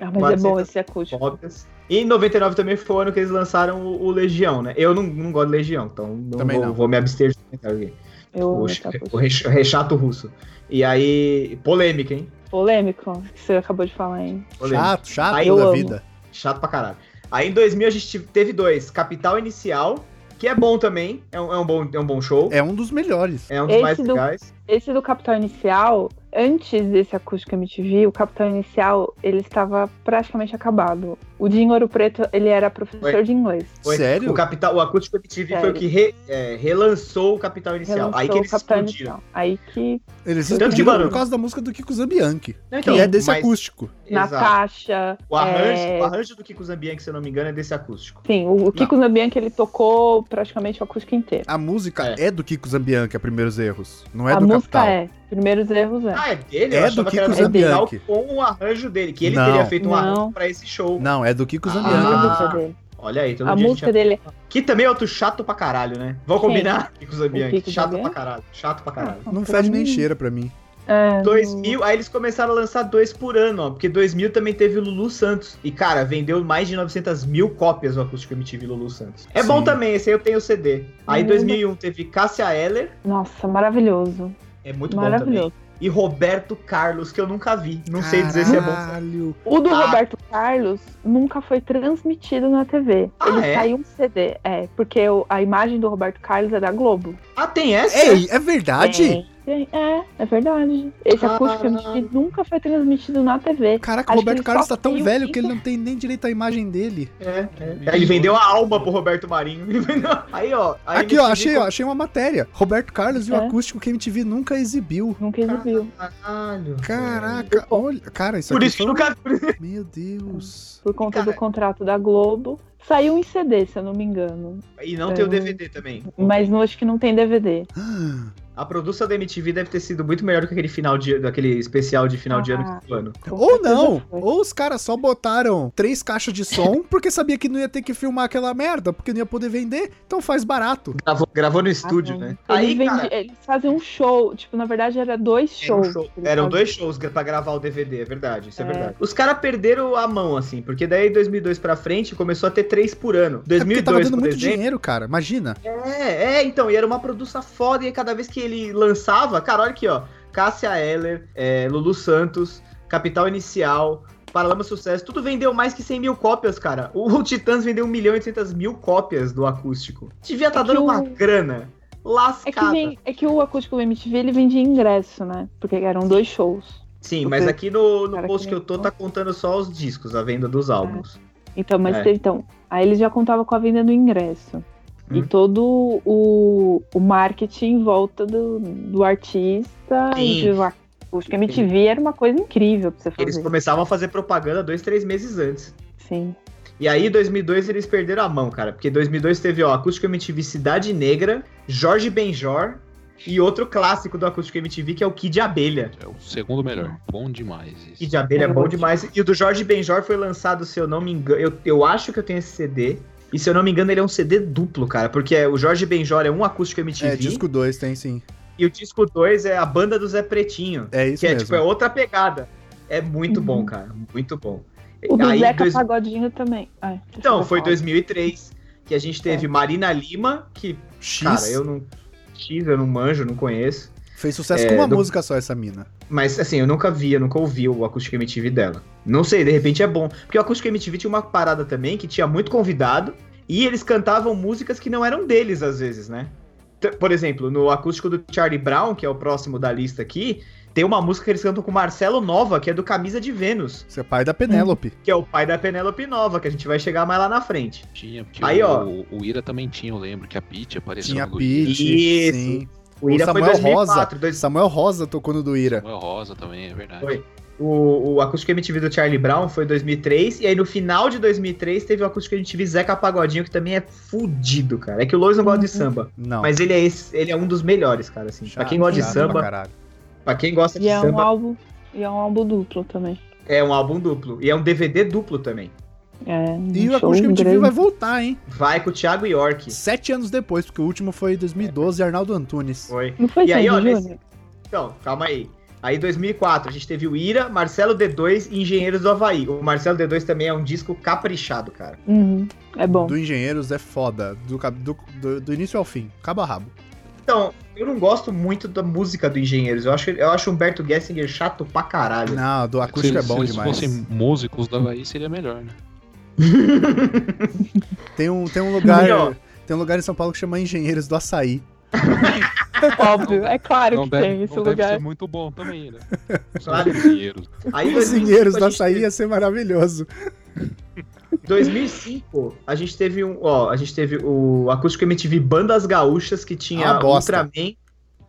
Ah, mas é
Quase-
bom esse acústico.
Cópias. E em 99 também foi o ano que eles lançaram o, o Legião, né? Eu não, não gosto de Legião, então não,
Também
vou,
não.
vou me abster de comentário aqui.
Eu amo
O,
esse
o
acústico.
rech- rechato russo. E aí, polêmica, hein?
Polêmico, que você acabou de falar, hein?
Polêmica.
Chato, chato
Aí
eu
da
amo.
vida.
Chato pra caralho. Aí em 2000 a gente tive- teve dois: Capital Inicial, que é bom também, é um, é um bom, é um bom show, é,
É um dos melhores.
um dos
Esse
mais
do-
legais.
Esse do Capital Inicial, antes desse acústico MTV, o Capital Inicial, ele estava praticamente acabado. O Dinho Ouro Preto, ele era professor de inglês.
É, Foi.
Sério?
O, Capital, o Acústico MTV foi
Sério.
o que re- é, relançou o Capital Inicial.
Relançou
Aí que
o
eles
Capital
explodiram.
Inicial. Aí que
Eles
Tanto que,
explodiram
mano-
por causa da música do Kiko Zambianchi,
Não,
que é desse acústico.
Então, exato.
Natasha.
O arranjo,
é,
o arranjo do Kiko Zambianchi, se eu não me engano, é desse acústico.
Sim, o, o Kiko Zambianchi, ele tocou praticamente o acústico inteiro.
A música é, do Kiko Zambianchi, a Primeiros Erros. Não é
a
do
música
Capital.
é Primeiros Erros é.
Ah, é dele?
É
eu
do
achava que
Kiko
era do Capital
Zambianchi.
com o arranjo dele, que ele
Não.
teria feito um
Não.
arranjo pra esse show.
Não, é do Kiko
Ah.
Zambianchi.
a
a música.
música dele.
Olha aí, todo
A
dia
música
gente...
dele
Que também é outro chato pra caralho, né? Vamos
Quem?
combinar, Kiko Zambianchi.
O Kiko
chato
Zambianchi?
pra caralho. Chato pra caralho.
Não
pra
fede nem
mim-
cheira pra mim.
Hum. é.
2000, aí eles começaram a lançar dois por ano, ó, porque 2000 também teve o Lulu Santos. E, cara, vendeu mais de 900 mil cópias o Acústico MTV Lulu Santos. É
Sim.
bom também, esse aí eu tenho o CD. Aí em
Caramba.
2001 teve Cássia Eller,
Nossa, maravilhoso.
é muito bom também.
maravilhoso.
E Roberto Carlos, que eu nunca vi. Não sei dizer se é bom.
Caralho.
O do
Ah.
Roberto Carlos nunca foi transmitido na TV.
Ah,
Ele
é?
saiu um CD, é, porque o- a imagem do Roberto Carlos é da Globo.
Ah, tem essa?
Ei, é
Ah,
verdade?
Tem, tem, é, é verdade. Esse
Caralho.
acústico MTV nunca foi transmitido na TV.
Caraca, o
Acho que
Roberto
ele
Carlos
só
tá tão
tem um o
velho que
Kiko.
ele não tem nem direito à imagem dele.
É, é. Aí Ele vendeu a alma pro Roberto Marinho. aí, ó. a
Aqui, ó,
MTV
achei, ó, achei uma matéria. Roberto Carlos e o
É.
acústico que a MTV nunca exibiu.
Nunca exibiu.
Caralho.
Caraca, olha. Cara, isso
Por
aqui.
isso que eu nunca vi.
Meu Deus.
Por conta
Cara.
do contrato da Globo. Saiu em CD, se eu não me engano.
um
E não
É.
tem o DVD também.
Hum.
Mas não, acho que não tem DVD.
Ah,
A produção da MTV deve ter sido muito melhor do que aquele final de daquele especial de final de ano
Ah.
que foi ano.
Com
Ou
certeza
não,
foi.
ou os caras só botaram três caixas de som porque sabia que não ia ter que filmar aquela merda, porque não ia poder vender, então faz barato.
Gravou, gravou no estúdio,
Ah, não.
né?
Eles,
Aí,
vendi-
cara,
eles fazem um show. Tipo, na verdade, era dois
era um
shows.
show-
que eles
eram
faziam.
dois shows gra- pra gravar o DVD, é verdade, isso é,
É.
verdade. Os caras perderam a mão, assim, porque daí 2002 pra frente começou a ter três por ano.
É porque
2002,
tava dando
por
muito
exemplo,
dinheiro, cara. Imagina.
É, é, então, e era uma produção foda, e cada vez que ele lançava, cara, olha aqui, ó, Cássia Eller, é, Lulu Santos, Capital Inicial, Paralama Sucesso, tudo vendeu mais que 100 mil cópias, cara. O, o Titãs vendeu 1 milhão e 800 mil cópias do acústico. Devia estar
É que
dando uma
o-
grana
É que,
lascada.
vem- é que o acústico MTV ele vendia ingresso, né? Porque eram dois shows.
Sim,
o
mas
pe-
aqui no, no
cara,
post
que
que eu tô tá contando só os
Ah,
discos, a venda dos álbuns.
Então, mas
É.
teve- então, aí eles já contavam com a venda do ingresso. E
Hum.
todo o, o marketing em volta do, do artista.
Sim.
E de lá- Acho que a MTV era uma coisa incrível pra você fazer.
Eles começavam a fazer propaganda dois, três meses antes.
Sim.
E aí, em 2002, eles perderam a mão, cara. Porque em 2002 teve, ó, Acústico MTV Cidade Negra, Jorge Benjor e outro clássico do Acústico MTV, que é o Kid Abelha.
É o segundo melhor. Bom demais. isso.
Kid Abelha é
Era
bom
bom
demais. E o do Jorge Benjor foi lançado, se eu não me engano. Eu, eu acho que eu tenho esse CD. E se eu não me engano, ele é um CD duplo, cara. Porque é, o Jorge Benjor é um acústico MTV.
É, disco 2 tem sim.
E o disco 2 é a banda do Zé Pretinho.
É isso
que é
mesmo.
tipo, é outra pegada. É muito
Uhum.
bom, cara. Muito bom.
O do
Aí,
Zeca
dois-
Pagodinho também. É, Ai, deixa
Então,
eu
foi
falar.
2003 que a gente teve Marina Lima, que,
É. X
um cara, eu não. X, eu não manjo, não conheço.
fez sucesso
é,
com uma
do-
música só, essa mina.
Mas assim, eu nunca vi, eu nunca ouvi o Acústica MTV dela. Não sei, de repente é bom. Porque o Acústica MTV tinha uma parada também que tinha muito convidado e eles cantavam músicas que não eram deles às vezes, né? T- Por exemplo, no acústico do Charlie Brown, que é o próximo da lista aqui, tem uma música que eles cantam com o Marcelo Nova, que é do Camisa de Vênus,
Você é pai da Penélope.
que é o pai da Penélope Nova, que a gente vai chegar mais lá na frente.
Tinha, porque
Aí,
o,
ó.
o Ira também tinha, eu lembro, que a Pete apareceu
Tinha
no
Pete,
Isso.
sim.
O
O
Ira foi
Samuel
2004, dois-
Samuel Rosa tocou no do Ira.
Samuel Rosa também, é verdade.
Foi. O, o Acústico MTV do Charlie Brown foi em 2003, e aí no final de 2003 teve o Acústico MTV Zeca Pagodinho, que também é fudido, cara. É que o Lois não gosta de samba,
Uhum. Não.
mas ele é, esse, ele é um dos melhores, cara, assim. pra
Chato,
quem gosta de
chato
samba,
pra caralho.
pra quem gosta de
E é um
samba,
álbum. E é um álbum duplo também.
é um álbum duplo. E é um DVD duplo também.
É,
E
um
o
show
Acústica MTV
grande.
vai voltar, hein?
Vai com o Thiago York.
Sete anos depois, porque o último foi em 2012, Arnaldo Antunes.
Foi.
Não foi
E aí,
Sandy
ó, nesse-
Júnior?
Então, calma aí. Aí 2004, a gente teve o Ira, Marcelo D2 e Engenheiros do Havaí. O Marcelo D2 também é um disco caprichado, cara.
Uhum, É bom.
Do Engenheiros é foda. Do, cab- do, do, do início ao fim. Cabo a rabo.
Então, eu não gosto muito da música do Engenheiros. Eu acho, eu acho o Humberto Gessinger chato pra caralho.
Não, do acústico
se,
é bom
se
demais.
fossem músicos da Bahia, seria melhor, né?
Tem, um, tem um lugar.
E, ó.
Tem um lugar em São Paulo que chama Engenheiros do Açaí.
Óbvio, é claro
não
que
deve,
tem
não
esse
deve
lugar.
ser muito bom também, né?
Claro.
Os engenheiros.
Aí, em
Os
2005,
Engenheiros
a
do
gente
Açaí
teve-
ia ser maravilhoso.
2005, a gente teve um, ó, a gente teve o acústico MTV Bandas Gaúchas que tinha
Ah, bosta.
Ultraman,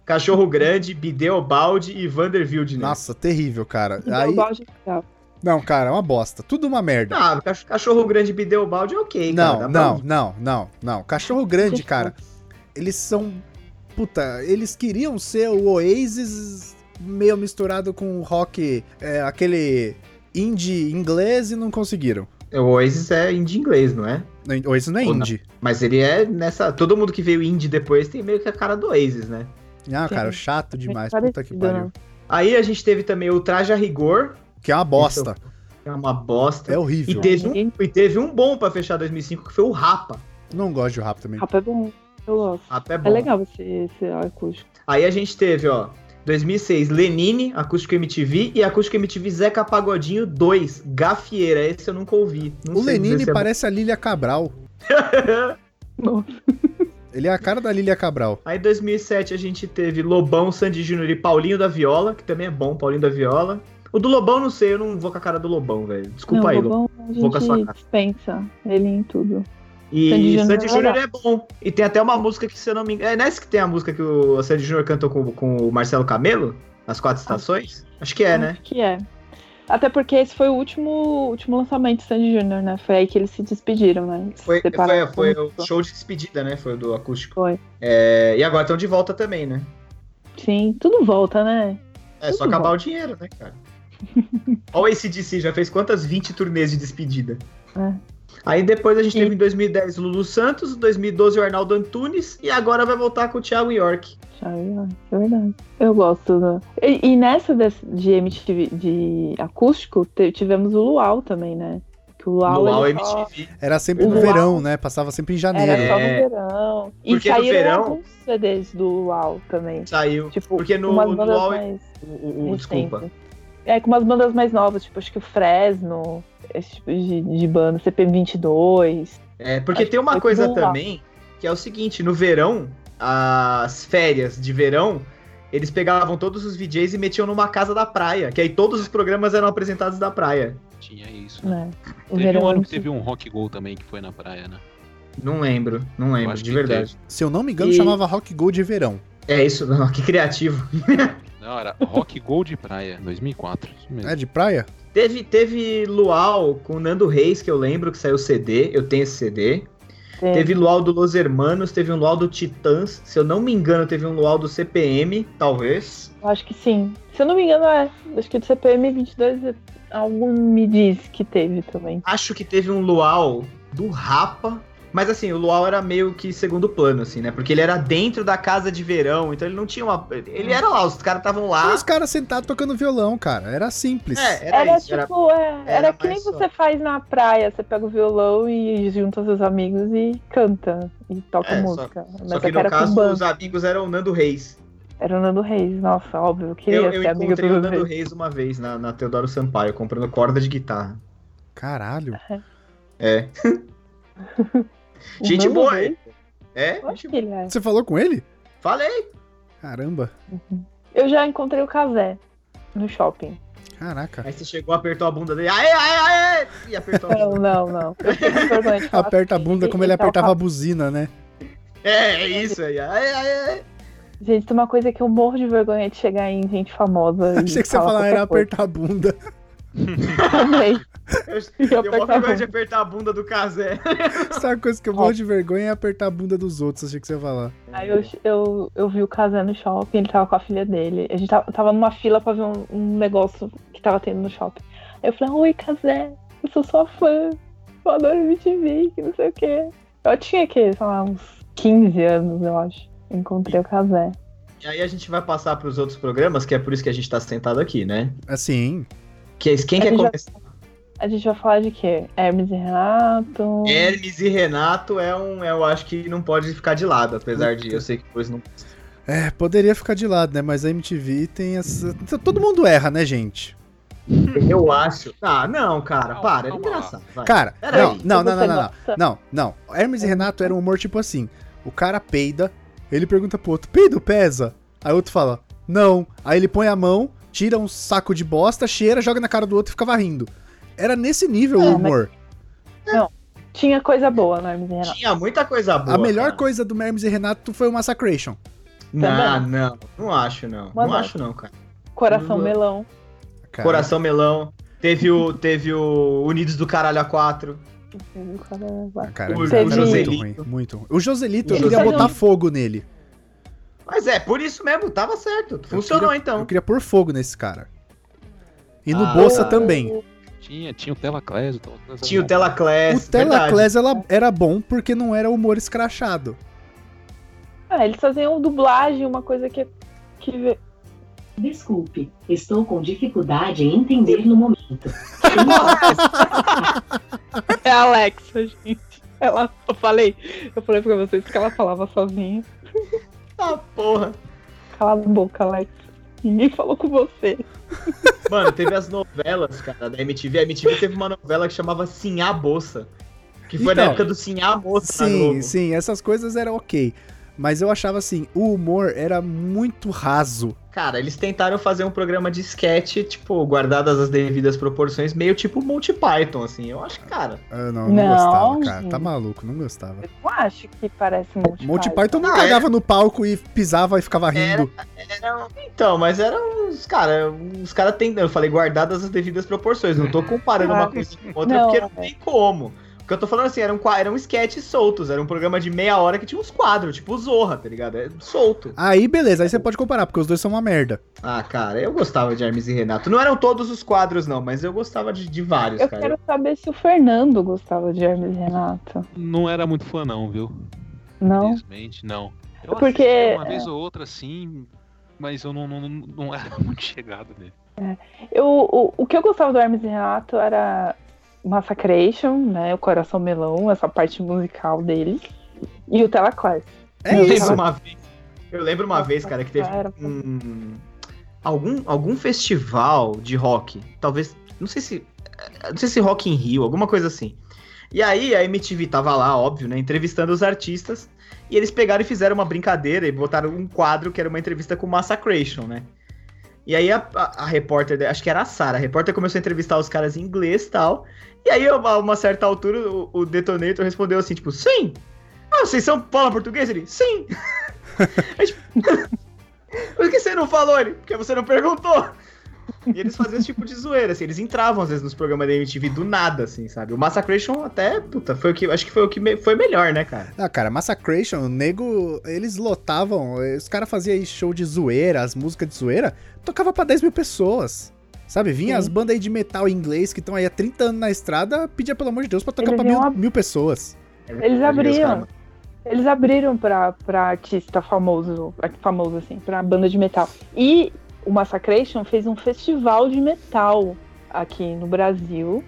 Cachorro Grande, Bideobaldi e né? Vander Wildner.
Nossa, terrível, cara.
Então,
Aí,
eu gosto de- tá.
não, cara, é uma bosta. Tudo uma merda.
Ah, Cach- Cachorro Grande e Bideobaldi é ok,
Não,
cara. dá pra
não,
ouvir.
não, não, não. Cachorro Grande, cara, eles são. Puta, eles queriam ser o Oasis meio misturado com o rock, é, aquele indie inglês e não conseguiram.
O Oasis é indie inglês, não é?
Não, Oasis não é
Ou não.
indie.
Mas ele é nessa... Todo mundo que veio indie depois tem meio que a cara do Oasis, né?
Ah, cara,
Sim.
É
chato demais.
Bem
Puta que
parecido,
pariu.
Aí a gente teve também o Traje a Rigor,
Que é uma bosta.
que é uma bosta.
É
né? E
horrível.
teve, um,
Ninguém-
e teve um bom pra fechar 2005, que foi o Rapa.
Não gosto de rap também.
Rapa é bom, eu gosto.
Rapa é bom.
É legal esse, esse acústico.
Aí a gente teve, ó, 2006, Lenine, Acústico MTV, e Acústico MTV Zeca Pagodinho 2, Gafieira. Esse eu nunca ouvi. Não
O
sei dizer
Lenine
se é bom.
parece a Lilia Cabral.
Nossa.
Ele é a cara da Lilia Cabral.
Aí em 2007 a gente teve Lobão, Sandy Júnior e Paulinho da Viola, que também é bom, Paulinho da Viola. O do Lobão não sei, eu não vou com a cara do Lobão, velho. Desculpa
Não,
aí, Lobão.
Lobão,
Vou com a sua
a gente
cara.
dispensa ele em tudo. Sandy
E
Júnior
Sandy
é
Júnior é bom. E tem até uma música que, se eu não me engano. É nessa que tem a música que o Sandy Júnior cantou com, com o Marcelo Camelo? As
Ah,
Quatro Estações? Acho que é, né?
Acho que é. Até porque esse foi o último, último lançamento de Sandy Júnior, né? Foi aí que eles se despediram, né? Eles se
Foi,
separaram.
foi, foi o show de despedida, né? Foi o do acústico.
Foi.
É, e agora estão de volta também, né?
Sim, tudo volta, né?
É só
Tudo
acabar o dinheiro, né, cara? Olha o ACDC, já fez quantas 20 turnês de despedida.
É.
Aí depois a gente
E-
teve em 2010 o Lulu Santos, em 2012 o Arnaldo Antunes, e agora vai voltar com o Thiago York.
Chave, é verdade. Eu gosto. né? E, e nessa des- de MTV, de acústico, te- tivemos o Luau também, né? Que o Luau,
Luau é
ele é só-
MTV.
Era sempre
O
no
Luau.
verão, né? Passava sempre em janeiro.
era só no
É.
verão. E
Porque no
saíram
verão-
alguns CDs do Luau também.
Saiu.
Tipo,
Porque no-
umas
no
bandas
Luau-
mais
O, o- o- desculpa.
recentes. É, com umas bandas mais novas, tipo, acho que o Fresno, esse tipo de, de banda, CP22.
É, porque
Acho
tem uma
que foi
coisa
tudo lá.
também, que é o seguinte, no verão, as férias de verão, eles pegavam todos os VJs e metiam numa casa da praia, que aí todos os programas eram apresentados da praia.
Tinha isso. Né?
Né? O
Teve um
verão
ano
era
que teve um Rock Go também que foi na praia, né?
Não lembro, não
Eu
lembro,
acho
de
que
verdade.
Se eu não me engano,
E-
chamava Rock Gold de Verão.
É isso, não, que criativo.
Não, era Rock Gold de Praia, 2004. Isso mesmo.
É de praia?
Teve, teve Luau com o Nando Reis, que eu lembro que saiu CD, eu tenho esse CD.
Tem-
Teve Luau do Los Hermanos, teve um Luau do Titãs, se eu não me engano, teve um Luau do CPM, talvez.
eu Acho que sim. Se eu não me engano, é. Acho que do CPM 22 é algo me diz que teve também.
Acho que teve um Luau do Rapa, mas assim, o Luau era meio que segundo plano, assim, né? Porque ele era dentro da casa de verão, então ele não tinha uma. Ele era lá, os caras estavam
Tinha
lá.
Os caras sentados tocando violão, cara. Era simples.
Ah. É,
Era,
era, isso, era
tipo, é, era,
era
que nem
mais só.
você faz na praia, você pega o violão e junta seus amigos e canta e toca
É, só-
música. Mas
Só que
é era
no
com
caso,
banda.
os amigos eram o Nando Reis.
Era o Nando Reis, nossa, óbvio, eu queria
Eu, eu
ser amiga
encontrei
do
o
Nando
Nando
Reis.
Reis uma vez na, na Teodoro Sampaio, comprando corda de guitarra.
Caralho.
É.
O
Gente
Nando
boa,
Reis,
hein? É?
eu acho
gente
que ele é.
Você falou com ele?
boa. Falei.
Caramba.
Eu já encontrei o Casé no shopping.
Caraca.
Aí você chegou, apertou a bunda dele. Aê, aê, aê! E apertou a
Não,
bunda.
não, não. Eu fiquei com vergonha de falar
Aperta a
assim,
bunda
e-
como ele
e tal,
apertava a buzina, né?
É, é isso aí. Aê, aê, aê.
Gente, tem uma coisa que eu morro de vergonha de chegar em gente famosa. e
Achei que você ia falar
qualquer
era
coisa.
apertar a bunda.
Também.
Eu,
E
eu mó
apertar a
vergonha de
bunda.
apertar a bunda do Casé.
Sabe a coisa que eu morro de vergonha é apertar a bunda dos outros. Achei que você ia falar.
Aí eu, eu, eu vi o Casé no shopping, ele tava com a filha dele. A gente tava, tava numa fila pra ver um, um negócio que tava tendo no shopping. Aí eu falei, oi, Casé, eu sou sua fã, eu adoro MTV, que não sei o quê. Eu tinha que, sei lá, uns 15 anos, eu acho. Encontrei o Casé.
E aí a gente vai passar pros outros programas, que é por isso que a gente tá sentado aqui, né?
Assim.
Que é, quem
A
quer
gente já-
começar?
tá.
A gente vai falar de quê? Hermes e Renato.
Hermes e Renato é um. Eu acho que não pode ficar de lado, apesar de eu sei que depois não.
É, poderia ficar de lado, né? Mas a MTV tem essa. Todo mundo erra, né, gente?
Eu acho. Ah, não, cara,
Calma,
para. É
calma
engraçado. vai.
Cara,
Peraí.
não, não, não, não, não, não.
Nossa,
Não, não. Hermes e Renato era um humor tipo assim. O cara peida, ele pergunta pro outro, peido pesa? Aí o outro fala, não. Aí ele põe a mão, tira um saco de bosta, cheira, joga na cara do outro e ficava rindo. Era nesse nível
É,
o
mas-
humor.
Tinha coisa boa no Hermes e Renato.
Tinha muita coisa boa.
a melhor
cara.
coisa do Hermes e Renato foi o Massacration.
Não, não, não acho não.
Mas
não
não.
acho não, cara.
Coração
Hum.
melão.
Cara,
Coração melão. Teve o, teve o Unidos do Caralho A4.
ah, Cara, o,
o
O-
muito ruim,
Joselito.
muito ruim. O Joselito,
O
eu queria
Joselito.
botar fogo nele.
Mas é, por isso mesmo, tava certo. Funcionou
Eu
então.
queria pôr fogo nesse cara. E no
Ah.
é.
Bolsa também.
Tinha, tinha o Telaclés, o Telaclés. era
Tinha o
bom.
Telaclass.
O Telaclés ela- era bom porque não era humor escrachado.
Ah, eles faziam dublagem, uma coisa que, que
Desculpe, estou com dificuldade em entender no momento.
É a Alexa, gente. Ela, eu falei, eu falei pra vocês que ela falava sozinha.
Ah, porra.
Cala a boca, Alexa. Ninguém falou com você.
Mano, teve as novelas, cara, da MTV. A MTV teve uma novela que chamava Sinhá Bolsa. Que foi na
Então.
época do Sinhá Bolsa na
Sim,
Globo.
sim, essas coisas eram ok. Mas eu achava assim, o humor era muito raso.
Cara, eles tentaram fazer um programa de sketch, tipo, guardadas as devidas proporções, meio tipo Monty Python, assim. Eu acho que, cara.
Eu Ah, não, não,
Não,
gostava, cara.
gente.
Tá maluco, não gostava.
Eu não acho que parece um Monty,
Monty Python não
Ah,
cagava no palco e pisava e ficava rindo.
um
Era- Então, mas eram uns, cara, os caras tem, eu falei guardadas as devidas proporções, não tô comparando
Ah,
uma coisa com outra,
não,
porque não
é.
tem como. O que eu tô falando assim, eram, qua- eram sketches soltos, era um programa de meia hora que tinha uns quadros, tipo Zorra, tá ligado? É solto.
Aí beleza, aí você pode comparar, porque os dois são uma merda.
Ah, cara, eu gostava de Hermes e Renato. Não eram todos os quadros, não, mas eu gostava de, de vários,
Eu
cara.
quero saber se o Fernando gostava de Hermes e Renato.
Não era muito fã, não, viu?
Não? É
Infelizmente, não. Eu
Porque-
assistia uma vez ou outra, sim, mas eu não, não, não, não era muito chegado nele.
Eu, o, o que eu gostava do Hermes e Renato era Massacration, né? O Coração Melão, essa parte musical dele. E o Telaclass.
É
Não,
Eu
isso.
lembro uma vez, eu lembro uma vez, cara, que teve
Era-
um algum algum festival de rock, talvez, não sei se não sei se Rock in Rio, alguma coisa assim. E aí a MTV tava lá, óbvio, né, entrevistando os artistas, e eles pegaram e fizeram uma brincadeira e botaram um quadro que era uma entrevista com Massacration, né? E aí a, a- a repórter, de- acho que era a Sara, a repórter começou a entrevistar os caras em inglês e tal. E aí, a uma, uma certa altura, o, o Detonator respondeu assim, tipo, sim! Ah, vocês são fala português? Ele, sim! Aí, tipo, Por que você não falou? Ele, porque você não perguntou! E eles faziam esse tipo de zoeira, assim, eles entravam às vezes nos programas da MTV do nada, assim, sabe? O Massacration até, puta, foi o que, acho que foi o que me- foi melhor, né, cara?
Ah, cara, Massacration, o nego, eles lotavam, eh, os caras faziam aí show de zoeira, as músicas de zoeira, tocava pra 10 mil pessoas. Sabe, vinha
Sim.
as bandas aí de metal inglês que estão aí há 30 anos na estrada, pedia pelo amor de Deus pra tocar
Eles
pra mil,
iam a-
mil pessoas.
Eles abriam.
cara.
Eles abriram pra, pra artista famoso, famoso assim, pra banda de metal. E o Massacration fez um festival de metal aqui no Brasil.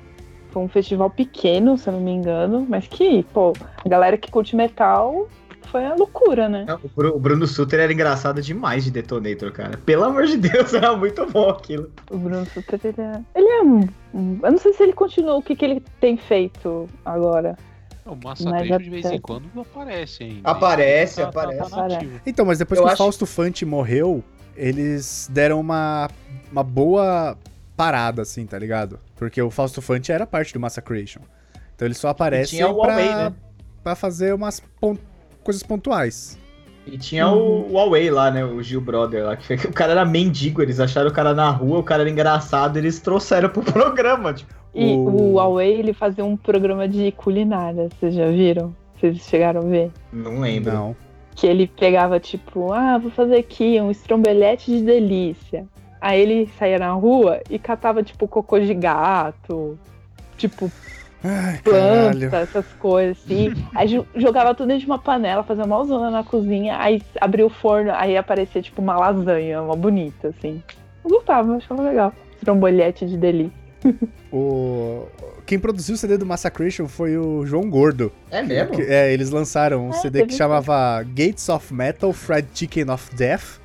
Foi um festival pequeno, se eu não me engano, mas que, pô, a galera que curte metal foi a loucura, né?
Não, o Bru- o Bruno Suter era engraçado demais de Detonator, cara. Pelo amor de Deus, era muito bom aquilo.
O Bruno Sutter, ele é, ele é um, um- Eu não sei se ele continua, o que, que ele tem feito agora.
O Massacre
Mas é
de vez em
até-
quando aparece ainda.
Aparece,
Tá- tá-
aparece.
tá nativo.
Então, mas depois
Eu
que
acho-
o Fausto Fante morreu, eles deram uma, uma boa parada, assim, tá ligado? Porque o Fausto Fante era parte do Massacration. Então ele só aparece
tinha o
pra,
Huawei, né?
pra fazer umas pon- coisas pontuais.
E tinha o Huawei lá, né? O Gil Brother lá, que foi- o cara era mendigo, eles acharam o cara na rua, o cara era engraçado, eles trouxeram pro programa. Tipo,
E
O-
o Huawei, ele fazia um programa de culinária, vocês já viram? Vocês chegaram a ver?
não lembro.
Não.
Que ele pegava, tipo, ah, vou fazer aqui um estrombelete de delícia. Aí ele saía na rua e catava, tipo, cocô de gato, tipo,
Ai,
planta,
caralho.
essas coisas, assim. Aí jo- jogava tudo dentro de uma panela, fazia uma zona na cozinha, aí abria o forno, aí aparecia, tipo, uma lasanha, uma bonita, assim. Eu gostava, eu achava legal. Estrombelete de delícia.
O... Quem produziu o CD do Massacration foi o João Gordo.
É mesmo?
Que- é, eles lançaram um
É,
CD que
teve-
chamava Gates of Metal, Fried Chicken of Death,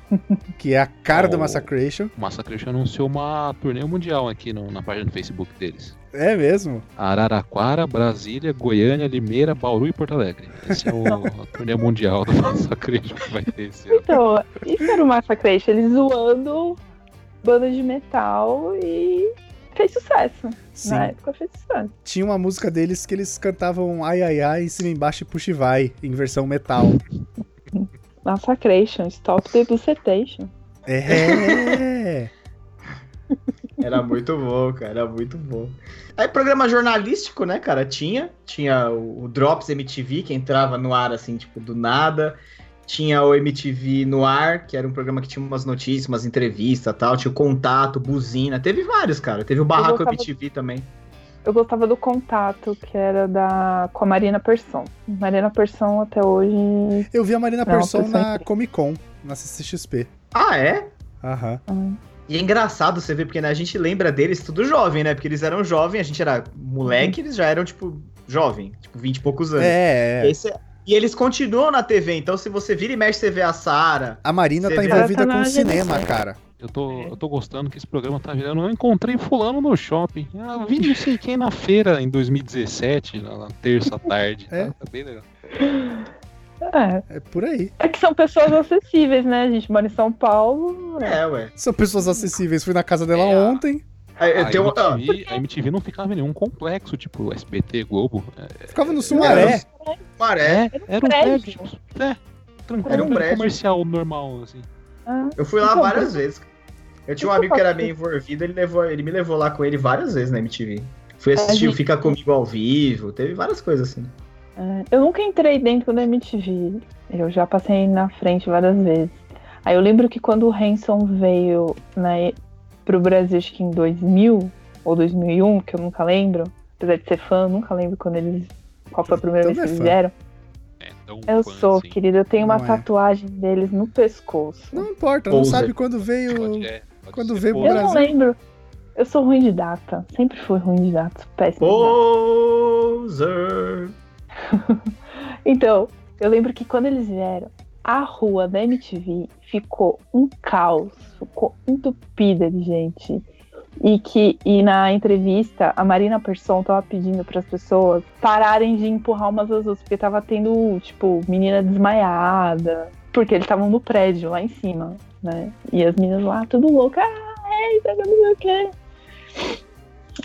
que é a cara do
Oh.
Massacration.
O Massacre anunciou uma turnê mundial aqui no- na página do Facebook deles.
É mesmo?
Araraquara, Brasília, Goiânia, Limeira, Bauru e Porto Alegre. Esse é o a turnê mundial do Massacre que vai ter esse ano.
Então, isso era o Massacration, eles zoando banda de metal e fez sucesso.
Sim.
Na época fez sucesso.
Tinha uma música deles que eles cantavam ai ai ai, em cima embaixo e puxa e vai, em versão metal.
Massacration, Stop the Bucetation.
É.
Era muito bom, cara, era muito bom. Aí programa jornalístico, né, cara? Tinha. Tinha o o Drops MTV, que entrava no ar, assim, tipo, do nada. Tinha o MTV no ar, que era um programa que tinha umas notícias, umas entrevistas tal. Tinha o Contato, Buzina. Teve vários, cara. Teve o Barraco
gostava-
MTV também.
Eu gostava do contato, que era da com a Marina Persson. Marina Persson até hoje.
Eu vi a Marina
Não,
Persson
foi
na
sempre.
Comic Con, na CCXP.
Ah, é?
Aham.
E é engraçado você ver, porque né, a gente lembra deles tudo jovem, né? Porque eles eram jovens, a gente era moleque, eles já eram, tipo, jovem. Tipo, 20 e poucos anos.
É, é.
Esse é- E eles continuam na TV, então se você vira e mexe, você vê a Sara.
A Marina
Você
tá
viu?
envolvida
Ela tá
com o
na
cinema,
geração.
cara.
Eu tô,
É.
eu tô gostando que esse programa tá virando. Eu encontrei fulano no shopping. Ah, eu vi não sei quem na feira em 2017, na, na terça tarde.
É.
Tá, tá bem legal.
É.
É por aí.
é que são pessoas acessíveis, né? A gente mora em São Paulo. né?
É, ué.
São pessoas acessíveis. Fui na casa dela
É, a-
ontem,
Aí, eu
a,
tenho- ah,
MTV, a MTV não ficava em nenhum complexo, tipo SBT, Globo.
ficava no Sumaré.
Maré.
É, era um prédio,
prédio.
tipo, é, tranquilo,
Era um
um prédio
prédio.
comercial normal, assim.
Ah,
Eu fui lá
Então,
várias vezes. Eu tinha um
então
amigo que era
pode ser.
meio envolvido, ele, levou, ele me levou lá com ele várias vezes na MTV. Fui assistir
É,
o Fica Comigo ao vivo, teve várias coisas assim.
é. Eu nunca entrei dentro da MTV. Eu já passei na frente várias vezes. Aí eu lembro que quando o Hanson veio né, pro Brasil, acho que em 2000 ou 2001, que eu nunca lembro. Apesar de ser fã, eu nunca lembro quando eles. Qual foi a primeira
Também é
vez que eles
fã.
vieram.
É, tão
Eu
fã,
sou,
assim.
querida. Eu tenho uma
Não é.
tatuagem deles no pescoço.
Não importa, não
Poser.
sabe quando veio.
Pode- é, pode
quando
ser
veio
pose.
pro
eu
Brasil.
não lembro. Eu sou ruim de data. Sempre fui ruim de data. sou Péssima. de data.
Poser.
Então, eu lembro que quando eles vieram, a rua da MTV ficou um caos. Ficou entupida de gente. E que e na entrevista, a Marina Persson tava pedindo para as pessoas pararem de empurrar umas às outras, porque tava tendo, tipo, menina desmaiada, Porque eles estavam no prédio lá em cima, né? E as meninas lá, tudo louca, ah, é, isso, não sei o quê.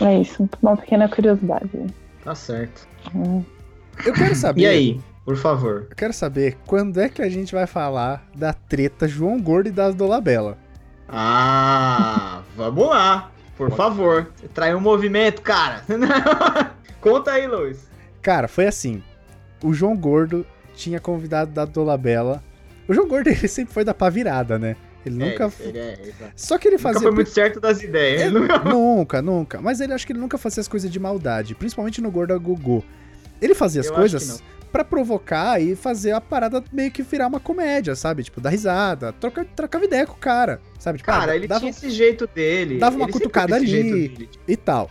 É isso, uma pequena curiosidade.
Tá certo.
Hum.
Eu quero saber.
E aí, por favor?
Eu quero saber quando é que a gente vai falar da treta João Gordo e das Dolabella.
Ah, vamos lá. Por favor. Trai um movimento, cara. Conta aí, Luiz.
Cara, foi assim. O João Gordo tinha convidado da Dolabella. O João Gordo ele sempre foi da pá virada, né? Ele
É,
nunca.
ele é, exato.
Só que ele
Nunca
fazia.
foi muito certo das ideias. né?
Ele-
Ele nunca-
Nunca, nunca. Mas ele acho que ele nunca fazia as coisas de maldade, principalmente no Gordo a Gogô. Ele fazia as
Eu acho
coisas pra provocar e fazer a parada meio que virar uma comédia, sabe? Tipo, dar risada, troca, trocava ideia com o cara, sabe? Tipo,
Cara,
ah,
ele
dava-
tinha esse jeito dele.
dava uma
Ele sempre
cutucada
teve esse
ali.
jeito tipo, dele.
e tal.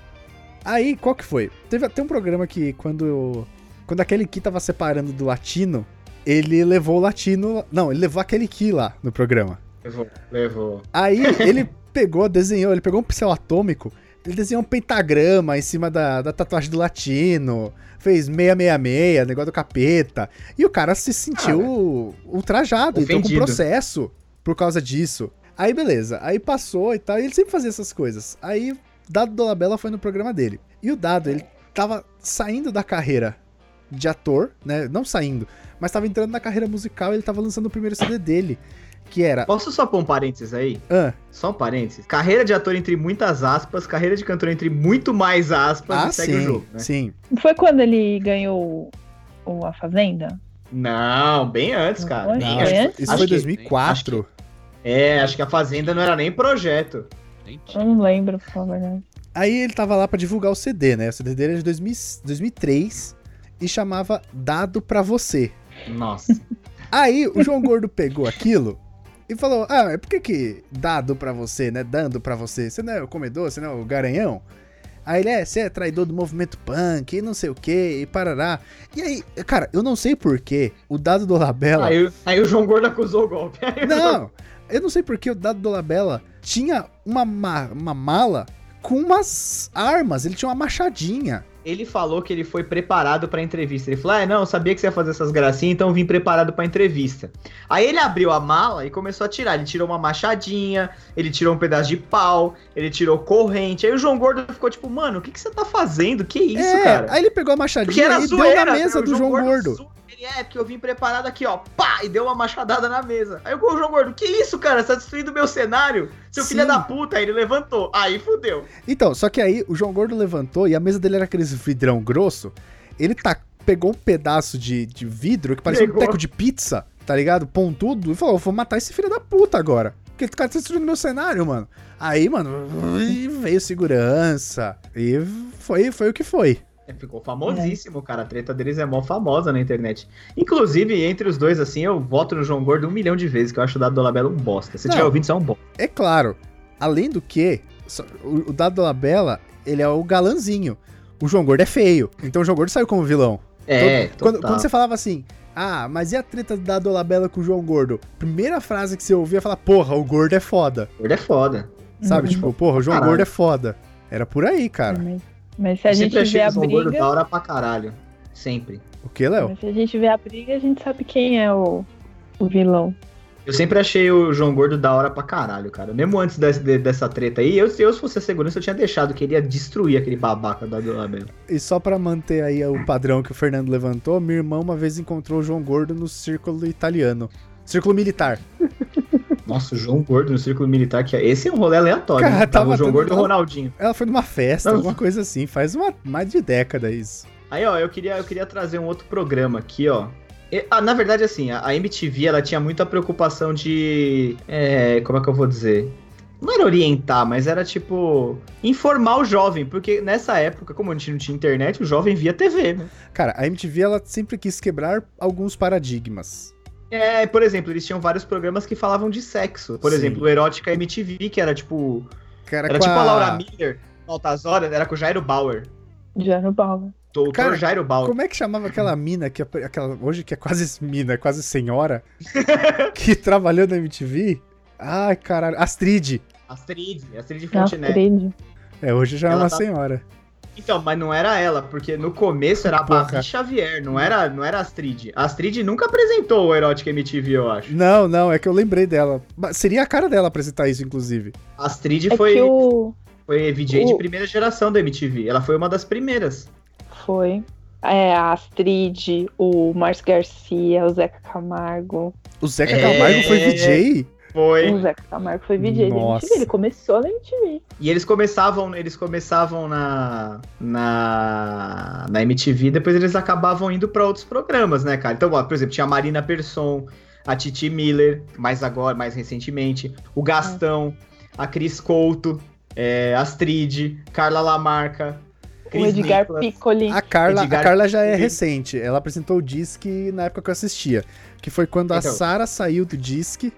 Aí, qual que foi? Teve até um programa que quando quando aquele Ki tava separando do latino, ele levou o latino, não, ele levou aquele Ki lá no programa.
Levou, levou.
Aí ele pegou, desenhou, ele pegou um pincel atômico, ele desenhou um pentagrama em cima da, da tatuagem do latino, fez 666, negócio do capeta. E o cara se sentiu ultrajado, então com
Ofendido.
processo por causa disso. Aí beleza, aí passou e tal, e ele sempre fazia essas coisas. Aí Dado Dolabella foi no programa dele. E o Dado, ele tava saindo da carreira de ator, né? Não saindo, mas tava entrando na carreira musical e ele tava lançando o primeiro CD dele, que era.
Posso só pôr um parênteses aí?
Ah,
Só um parênteses. Carreira de ator entre muitas aspas, carreira de cantor entre muito mais aspas
ah,
e segue
sim,
o jogo, né?
sim.
Foi quando ele ganhou o A Fazenda?
Não, bem antes,
Não
cara.
foi?
bem
Não,
É?
acho
antes.
que foi- isso
Acho
foi em
que-
2004.
É, acho que a Fazenda não era nem projeto.
Nem tinha.
Eu não lembro, pra falar a verdade.
Aí ele tava lá pra divulgar o CD, né? O CD dele era de 2000 2003 e chamava Dado Pra Você.
Nossa.
Aí o João Gordo pegou aquilo e falou: Ah, é por que que dado pra você, né? Dando pra você. Você não é o comedor, você não é o garanhão? Aí ele é, você é traidor do movimento punk e não sei o que, e parará. E aí, cara, eu não sei porquê o dado do Labela.
Aí, aí o João Gordo acusou o golpe. Aí o João-
Não! Eu não sei porque o dado do Labela tinha uma, ma- uma mala com umas armas, ele tinha uma machadinha.
Ele falou que ele foi preparado pra entrevista. Ele falou: Ah, não, eu sabia que você ia fazer essas gracinhas, então eu vim preparado pra entrevista. Aí ele abriu a mala e começou a tirar. Ele tirou uma machadinha, ele tirou um pedaço de pau, ele tirou corrente. Aí o João Gordo ficou tipo: Mano, o que, que você tá fazendo? Que isso,
é,
cara?
aí ele pegou a
Porque
machadinha
era
e deu
zoeira,
na mesa
né? O
do João Gordo.
zoa Ele é, porque eu vim preparado aqui, ó, pá, e deu uma machadada na mesa. Aí o João Gordo, que isso, cara? Você tá destruindo meu cenário? Seu filho é
Sim.
da puta, aí ele levantou. Aí fudeu.
Então, só que aí o João Gordo levantou e a mesa dele era aquele vidrão grosso. Ele tá, pegou um pedaço de, de vidro que parecia um
Pegou.
teco de pizza, tá ligado? Pontudo, e falou: "Eu vou matar esse filho da puta agora. Porque esse cara tá destruindo meu cenário, mano. Aí, mano, veio segurança. E foi, foi o que foi.
É, Ficou famosíssimo, cara. A treta deles é mó famosa na internet. Inclusive, entre os dois, assim, eu voto no João Gordo um milhão de vezes, que eu acho o Dado Dolabella um bosta. Se
Não.
tiver ouvindo, isso é um bosta.
É claro, além do que, só- o, o Dado Labella, ele é o galanzinho. O João Gordo é feio. Então o João Gordo saiu como vilão.
É,
Todo- quando,
total.
quando você falava assim, ah, mas e a treta da Dolabella com o João Gordo? Primeira frase que você ouvia é falar, porra, o gordo é foda.
Gordo é foda.
Sabe?
Uhum.
Tipo, porra, o João
Caralho.
Gordo é foda. Era por aí, cara.
Mas, mas se a
Eu
gente vê a
Gordo da
briga.
hora pra caralho. Sempre.
O que, Léo?
mas se a gente vê a briga, a gente sabe quem é o, o vilão.
Eu sempre achei o João Gordo da hora pra caralho, cara. Mesmo antes desse- de- dessa treta aí, eu, se eu fosse a segurança, eu tinha deixado que ele ia destruir aquele babaca do Dado Dolabella.
E só pra manter aí o padrão que o Fernando levantou, minha irmã uma vez encontrou o João Gordo no círculo italiano. Círculo militar.
Nossa, o João Gordo no círculo militar, que é- esse é um rolê aleatório.
Cara,
né? tava,
tava
o João
tudo-
Gordo e o Ronaldinho.
Ela foi numa festa,
Não.
alguma coisa assim. Faz uma, mais de década isso.
Aí, ó, eu queria, eu queria trazer um outro programa aqui, ó. E- ah, na verdade, assim, a, a MTV, ela tinha muita preocupação de... é, como é que eu vou dizer? Não era orientar, mas era, tipo, informar o jovem. Porque nessa época, como a gente não tinha internet, o jovem via TV, né?
Cara, a MTV, ela sempre quis quebrar alguns paradigmas.
É, por exemplo, eles tinham vários programas que falavam de sexo. Por
Sim.
exemplo, o Erótica MTV, que era, tipo...
Cara,
Era,
com
tipo a Laura Miller, em altas horas, era com o Jairo Bauer.
Jano Bauer.
Doutor
Cara,
Jairo Bauer.
Como é que chamava aquela mina que apre- aquela hoje que é quase mina, é quase senhora que trabalhou na MTV? Ai, caralho, Astrid. né?
Astrid, Astrid Fontenelle.
Astrid.
É, hoje já é
Ela
uma
tá-
senhora.
Então, mas não era ela, porque no começo era a
Porra.
Patrícia Xavier, não era, não era a Astrid. A Astrid nunca apresentou o Erotic MTV, eu acho.
Não, não, é que eu lembrei dela. Mas Seria a cara dela apresentar isso, inclusive.
A Astrid
É
foi,
que o.
foi VJ de
o-
primeira geração da MTV. Ela foi uma das primeiras.
Foi. É, a Astrid, o Márcio Garcia, o Zeca Camargo.
O Zeca
É.
Camargo foi VJ?
Foi.
O Zeca Camargo foi VJ da
Nossa.
MTV. Ele começou na MTV.
E eles começavam, eles começavam na, na, na MTV, depois eles acabavam indo pra outros programas, né, cara? Então, ó, por exemplo, tinha a Marina Persson, a Titi Miller, mais agora, mais recentemente, o Gastão, a Cris Couto, é, Astrid, Carla Lamarca,
O
Cris
Edgar
Nicolas.
Piccoli.
A Carla, a
Edgar-
Carla já é recente. Ela apresentou o Disque na época que eu assistia. Que foi quando a
Então.
Sara saiu do Disque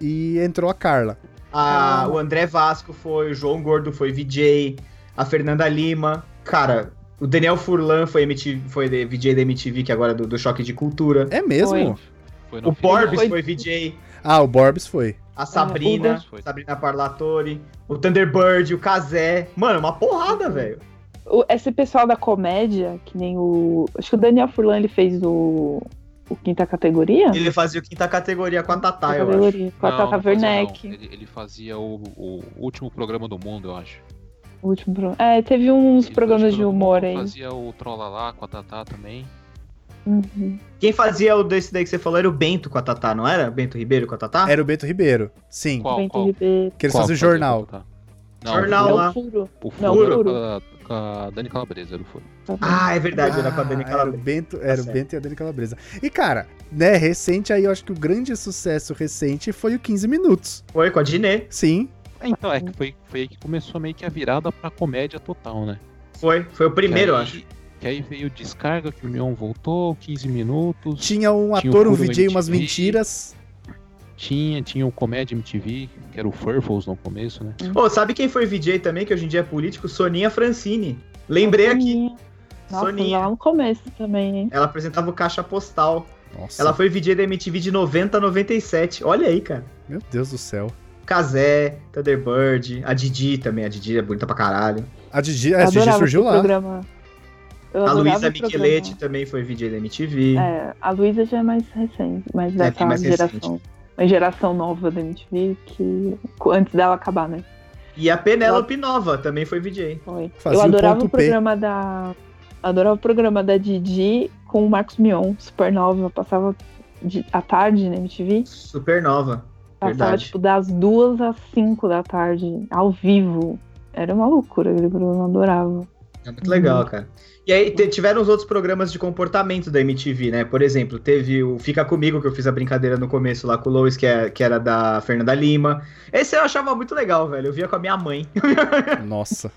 e entrou a Carla.
A-
Ah.
o André Vasco foi, o João Gordo foi VJ, a Fernanda Lima, cara, o Daniel Furlan foi, MTV, foi de- VJ da MTV, que agora é do, do Choque de Cultura.
É mesmo?
Foi no
O
final.
Borbes
Foi-
foi VJ.
Ah, o Borbs foi.
A Sabrina,
Hugo.
Sabrina Parlatore, o Thunderbird, o Kazé. Mano, uma
Uhum.
porrada, velho.
O- esse pessoal da comédia, que nem o. Acho que o Daniel Furlan ele fez o. O quinta categoria?
Ele fazia o quinta categoria com a Tatá,
Quinta
eu acho.
categoria, Com a
Não,
Tata
não fazia,
Werneck.
não. Ele, ele fazia o, o último programa do mundo, eu acho.
O último programa. É, teve uns
Ele
programas de
fazia o
humor
Mundo,
aí.
um Fazia o Trola lá com a Tatá também.
Uhum.
Quem fazia o desse daí que você falou era o Bento com a Tatá, não era? Bento Ribeiro com a Tatá?
Era o Beto Ribeiro. Sim.
Qual?
Bento Ribeiro.
Que eles
Qual
faziam o
fazia
jornal.
o Tatá? Não,
Jornal
É
o,
lá.
o furo.
o
Não,
Furo era
Furo.
com a- com a Dani Calabresa, era o Furo.
tá vendo?
Ah, é verdade, era com a
Ah,
Dani
era o
Calabresa. Tá
Bento, era o
certo.
Bento e a Dani Calabresa. E cara, né, recente aí, eu acho que o grande sucesso recente foi o 15 minutos.
Foi com a Diné.
Sim.
É, Então, é que foi, foi aí que começou meio que a virada pra comédia total, né?
Foi, foi o primeiro, eu
que aí,
acho.
Que aí veio o Descarga, que o Mion voltou, 15 minutos.
Tinha um
Tinha o
ator, um
Furo
VJ,
MTV.
umas mentiras.
Tinha, tinha o Comédia MTV, que era o Furfles no começo, né?
Ô, sabe quem foi VJ também, que hoje em dia é político? Soninha Francini. Lembrei aqui.
Soninha. Nossa,
Soninha.
lá um- no começo também, hein?
Ela apresentava o Caixa Postal.
Nossa,
Ela foi VJ da MTV de 90 a 97. Olha aí, cara.
meu Deus do céu.
Kazé, Thunderbird, a Didi também. A Didi é bonita pra caralho.
A Didi, é,
Eu
a Didi
adorava
surgiu
esse
lá.
programa. Eu
A
adorava
Luísa
o programa.
Micheletti também foi VJ da MTV.
É, a Luísa já é mais recente, mas
bem
dessa
É, mais
geração. Uma geração nova da MTV que. Antes dela acabar, né?
E a Penélope Nova também foi VJ.
Foi.
Fazia
Eu
o
adorava
ponto
o
P.
programa da. Adorava o programa da Didi com o Marcos Mion, Supernova. Passava de- à tarde na MTV.
Supernova.
Passava,
Verdade.
tipo, das duas às cinco da tarde, ao vivo. Era uma loucura aquele programa, eu adorava.
É muito legal,
Uhum.
cara. E aí te- tiveram os outros programas de comportamento da MTV, né? Por exemplo, teve o Fica Comigo, que eu fiz a brincadeira no começo lá com o Lois, que, é- que era da Fernanda Lima. Esse eu achava muito legal, velho. Eu via com a minha mãe.
Nossa.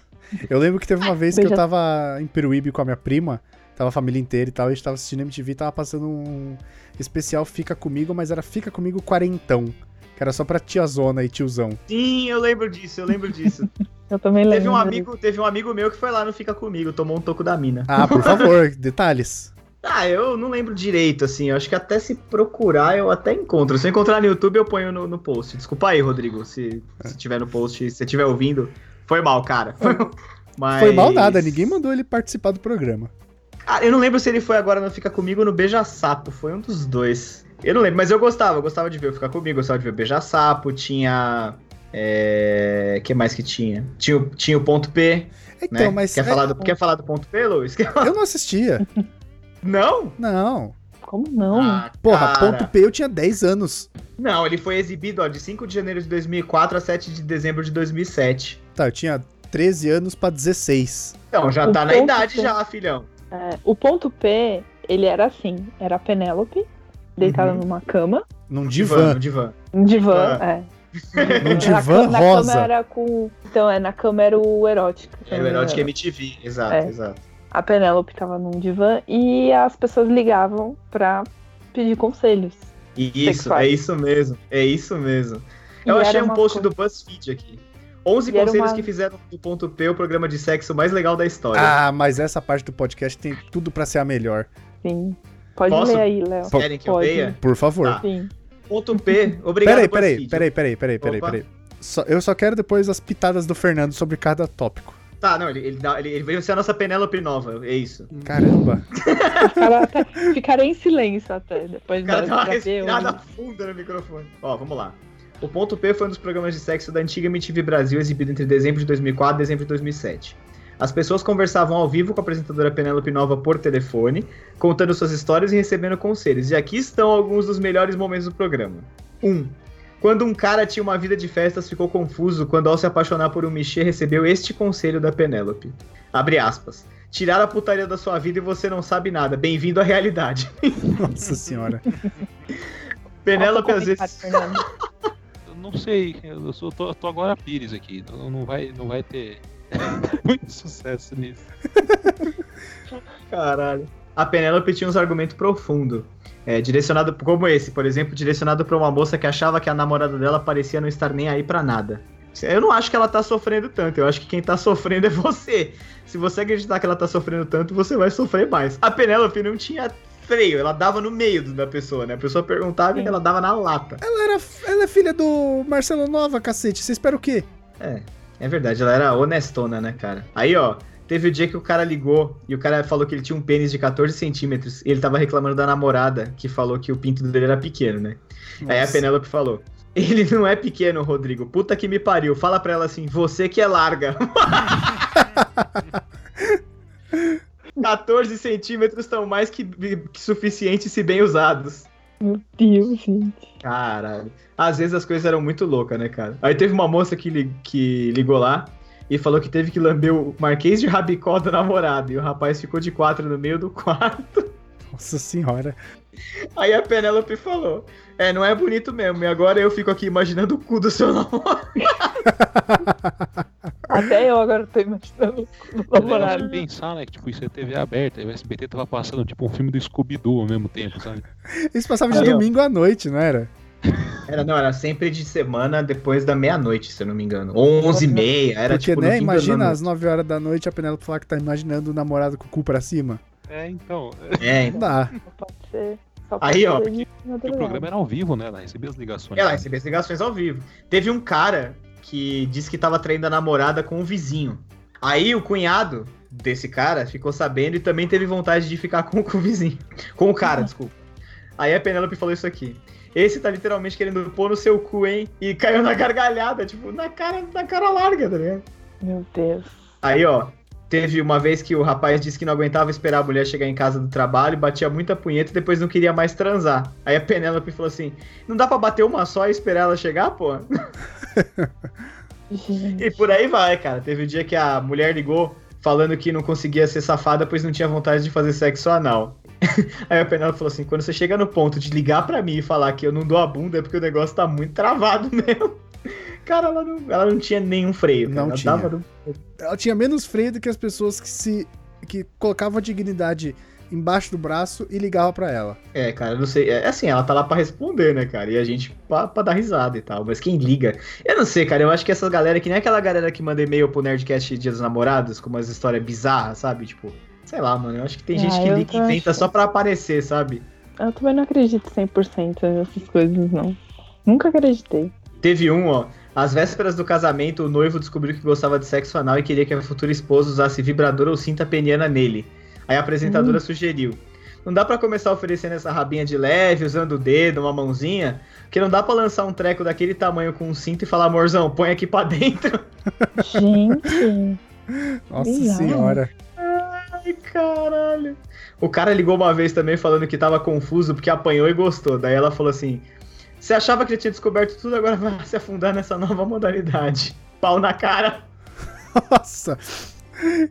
Eu lembro que teve uma vez que eu
Beija-
tava em Peruíbe com a minha prima, tava a família inteira e tal, e a gente tava assistindo MTV, tava passando um especial Fica Comigo, mas era Fica Comigo Quarentão, que era só pra tiazona e tiozão.
Sim, eu lembro disso, eu lembro disso.
Eu também lembro.
teve, um amigo, teve um amigo meu que foi lá no Fica Comigo, tomou um toco da mina.
Ah, por favor, detalhes.
Ah, eu não lembro direito, assim. Eu acho que até se procurar, eu até encontro. Se eu encontrar no YouTube, eu ponho no, no post. Desculpa aí, Rodrigo, se,
É.
se tiver no post, se você estiver ouvindo. Foi mal, cara. Mas...
Foi mal nada, ninguém mandou ele participar do programa.
Cara, eu não lembro se ele foi agora no Fica Comigo ou no Beija Sapo. Foi um dos dois. Eu não lembro, mas eu gostava. Eu gostava de ver o Fica Comigo, eu gostava de ver o Beija Sapo. Tinha. É... que mais que tinha? Tinha, o- tinha o ponto P, né?
Então, mas
quer,
é,
falar do, quer falar do ponto P, Luiz? Quer-
eu não assistia.
Não?
Não.
Como não?
Ah,
Porra,
cara.
ponto P eu tinha 10 anos.
Não, ele foi exibido ó, de 5 de janeiro de 2004 a 7 de dezembro de 2007.
Tá, eu tinha 13 anos pra 16.
Então, já
O
tá na
ponto
idade
que-
já, filhão.
É, o ponto P, ele era assim: era a Penélope, deitada
Uhum.
numa cama,
Num divã.
no divã.
um divã,
Ah.
é.
Num
Na
Um divã
ca- na
rosa.
cama era com. Então, é, na cama era o erótico.
É o Erotic MTV, exato,
É.
exato.
A Penélope tava num divã e as pessoas ligavam pra pedir conselhos.
E isso, é
Sexuais.
isso mesmo, é isso mesmo.
E
Eu
era
achei um
uma
post
coisa-
do BuzzFeed aqui. 11
E era
conselhos
uma-
que fizeram do ponto P o programa de sexo mais legal da história.
Ah, mas essa parte do podcast tem tudo pra ser a melhor.
Sim. Pode
Posso?
ler aí, Léo.
Querem que eu
pode.
leia?
Por favor.
Tá.
Sim.
Ponto P, obrigado,
Peraí,
BuzzFeed.
peraí, peraí, peraí, peraí,
Opa.
peraí. Só- eu só quero depois as pitadas do Fernando sobre cada tópico.
Tá, não, ele, ele, dá- ele, ele veio ser a nossa Penélope nova, é isso.
Caramba.
Ficará, até, ficarei em silêncio até. Depois
O
da
cara dá uma
da P1.
respirada funda no microfone. Ó, vamos lá. O Ponto P foi um dos programas de sexo da antiga MTV Brasil, exibido entre dezembro de 2004 e dezembro de 2007. As pessoas conversavam ao vivo com a apresentadora Penélope Nova por telefone, contando suas histórias e recebendo conselhos. E aqui estão alguns dos melhores momentos do programa. 1. Um, quando um cara tinha uma vida de festas, ficou confuso quando, ao se apaixonar por um Michê, recebeu este conselho da Penélope. Abre aspas. Tirar a putaria da sua vida e você não sabe nada. Bem-vindo à realidade.
Nossa senhora.
Penélope,
Falta
às vezes.
comentário, Fernando.
Eu não sei, eu sou, tô, tô agora Pires aqui, então não, vai, não vai ter muito sucesso nisso.
Caralho. A Penélope tinha uns argumentos profundos. É, direcionado, como esse, por exemplo, direcionado pra uma moça que achava que a namorada dela parecia não estar nem aí pra nada. Eu não acho que ela tá sofrendo tanto, eu acho que quem tá sofrendo é você. Se você acreditar que ela tá sofrendo tanto, você vai sofrer mais. A Penélope não tinha freio, ela dava no meio da pessoa, né? A pessoa perguntava e
Sim.
ela dava na lata.
Ela, era, ela é filha do Marcelo Nova, cacete. Você espera o quê?
É verdade, ela era honestona, né, cara? Aí, ó, teve o dia que o cara ligou e o cara falou que ele tinha um pênis de 14 centímetros e ele tava reclamando da namorada, que falou que o pinto dele era pequeno, né? Aí a
Nossa.
Penélope falou. Ele não é pequeno, Rodrigo. Puta que me pariu. Fala pra ela assim, você que é larga. 14 centímetros estão mais que, que suficientes se bem usados.
Meu Deus, gente.
Caralho. Às vezes as coisas eram muito loucas, né, cara? Aí teve uma moça que, li- que ligou lá e falou que teve que lamber o Marquês de Rabicó do namorado. E o rapaz ficou de quatro no meio do quarto.
Nossa senhora.
Aí a Penélope falou: É, não é bonito mesmo. E agora eu fico aqui imaginando o cu do seu namorado.
Até eu agora tô imaginando o
Vamos
namorado.
é pensar, né, que tipo, isso é TV aberta, e o SBT tava passando tipo um filme do Scooby-Doo ao mesmo tempo, sabe?
Isso passava de
Aí, ó.
domingo à noite, não era?
Era, não, era sempre de semana depois da meia-noite, se eu não me engano. Ou 11 e meia. Era
Porque,
tipo. no
né,
fim do
imagina
ano.
às 9 horas da noite a Penélope falar que tá imaginando o namorado com o cu pra cima.
É, então,
É,
Não dá.
Só pode ser- só pode
Aí, ó,
ser
porque-
de madrugada.
o programa era ao vivo, né, ela recebia as ligações.
Ela recebeu as ligações ao vivo. Teve um cara que disse que tava traindo a namorada com um vizinho. Aí o cunhado desse cara ficou sabendo e também teve vontade de ficar com, com o vizinho. Com o cara, desculpa. Aí a Penélope falou isso aqui. Esse tá literalmente querendo pôr no seu cu, hein? E caiu na gargalhada, tipo, na cara, na cara larga, tá ligado?
Meu Deus.
Aí, ó, teve uma vez que o rapaz disse que não aguentava esperar a mulher chegar em casa do trabalho, batia muita punheta e depois não queria mais transar. Aí a Penélope falou assim: não dá pra bater uma só e esperar ela chegar, pô?
Gente.
E por aí vai, cara. Teve o dia que a mulher ligou falando que não conseguia ser safada, pois não tinha vontade de fazer sexo anal. Aí a Penélope falou assim: quando você chega no ponto de ligar pra mim e falar que eu não dou a bunda, é porque o negócio tá muito travado mesmo. Cara, ela não, ela não tinha nenhum freio. cara.
Não
ela
tinha.
tava no-
Ela tinha menos freio do que as pessoas que se que colocavam a dignidade embaixo do braço e ligavam pra ela.
É, cara, eu não sei. É assim, ela tá lá pra responder, né, cara? E a gente pra, pra dar risada e tal. Mas quem liga? Eu não sei, cara. Eu acho que essa galera, que nem aquela galera que manda e-mail pro Nerdcast Dia dos Namorados, com umas histórias bizarras, sabe? Tipo, sei lá, mano. Eu acho que tem
Ah,
gente que
eu
liga e
tô
inventa
achando.
só pra aparecer, sabe?
Eu também não acredito 100% nessas coisas, não. Nunca acreditei.
Teve um, ó. Às vésperas do casamento, o noivo descobriu que gostava de sexo anal e queria que a futura esposa usasse vibrador ou cinta peniana nele. Aí a apresentadora sugeriu. Não dá pra começar oferecendo essa rabinha de leve, usando o dedo, uma mãozinha, porque não dá pra lançar um treco daquele tamanho com um cinto e falar, amorzão, põe aqui pra dentro.
Gente,
Nossa
Legal.
senhora.
Ai, caralho. O cara ligou uma vez também falando que tava confuso porque apanhou e gostou. Daí ela falou assim: Você achava que ele tinha descoberto tudo, agora vai se afundar nessa nova modalidade. Pau na cara.
Nossa.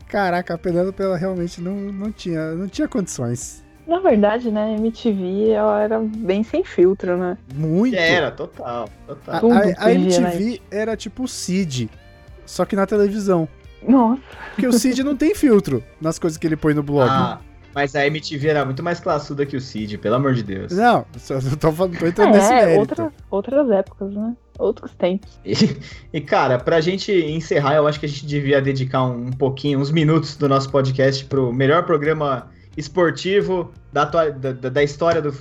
Caraca, a Penélope ela realmente não, não, tinha, não tinha condições.
na verdade, né, MTV, ela era bem sem filtro, né?
Muito.
Era, total,
A,
total.
a-
Tudo
a
podia,
MTV era tipo o Cid, só que na televisão.
Nossa,
Porque o Cid não tem filtro nas coisas que ele põe no blog. né?
Ah, mas a MTV era muito mais classuda que o Cid, pelo amor de Deus.
Não, só, não tô, falando- tô entrando nesse
é,
Então, mérito.
outra, outras épocas, né? Outros tempos.
E, e, cara, pra gente encerrar, eu acho que a gente devia dedicar um, um pouquinho, uns minutos do nosso podcast pro melhor programa esportivo da, atua- da, da- da história do.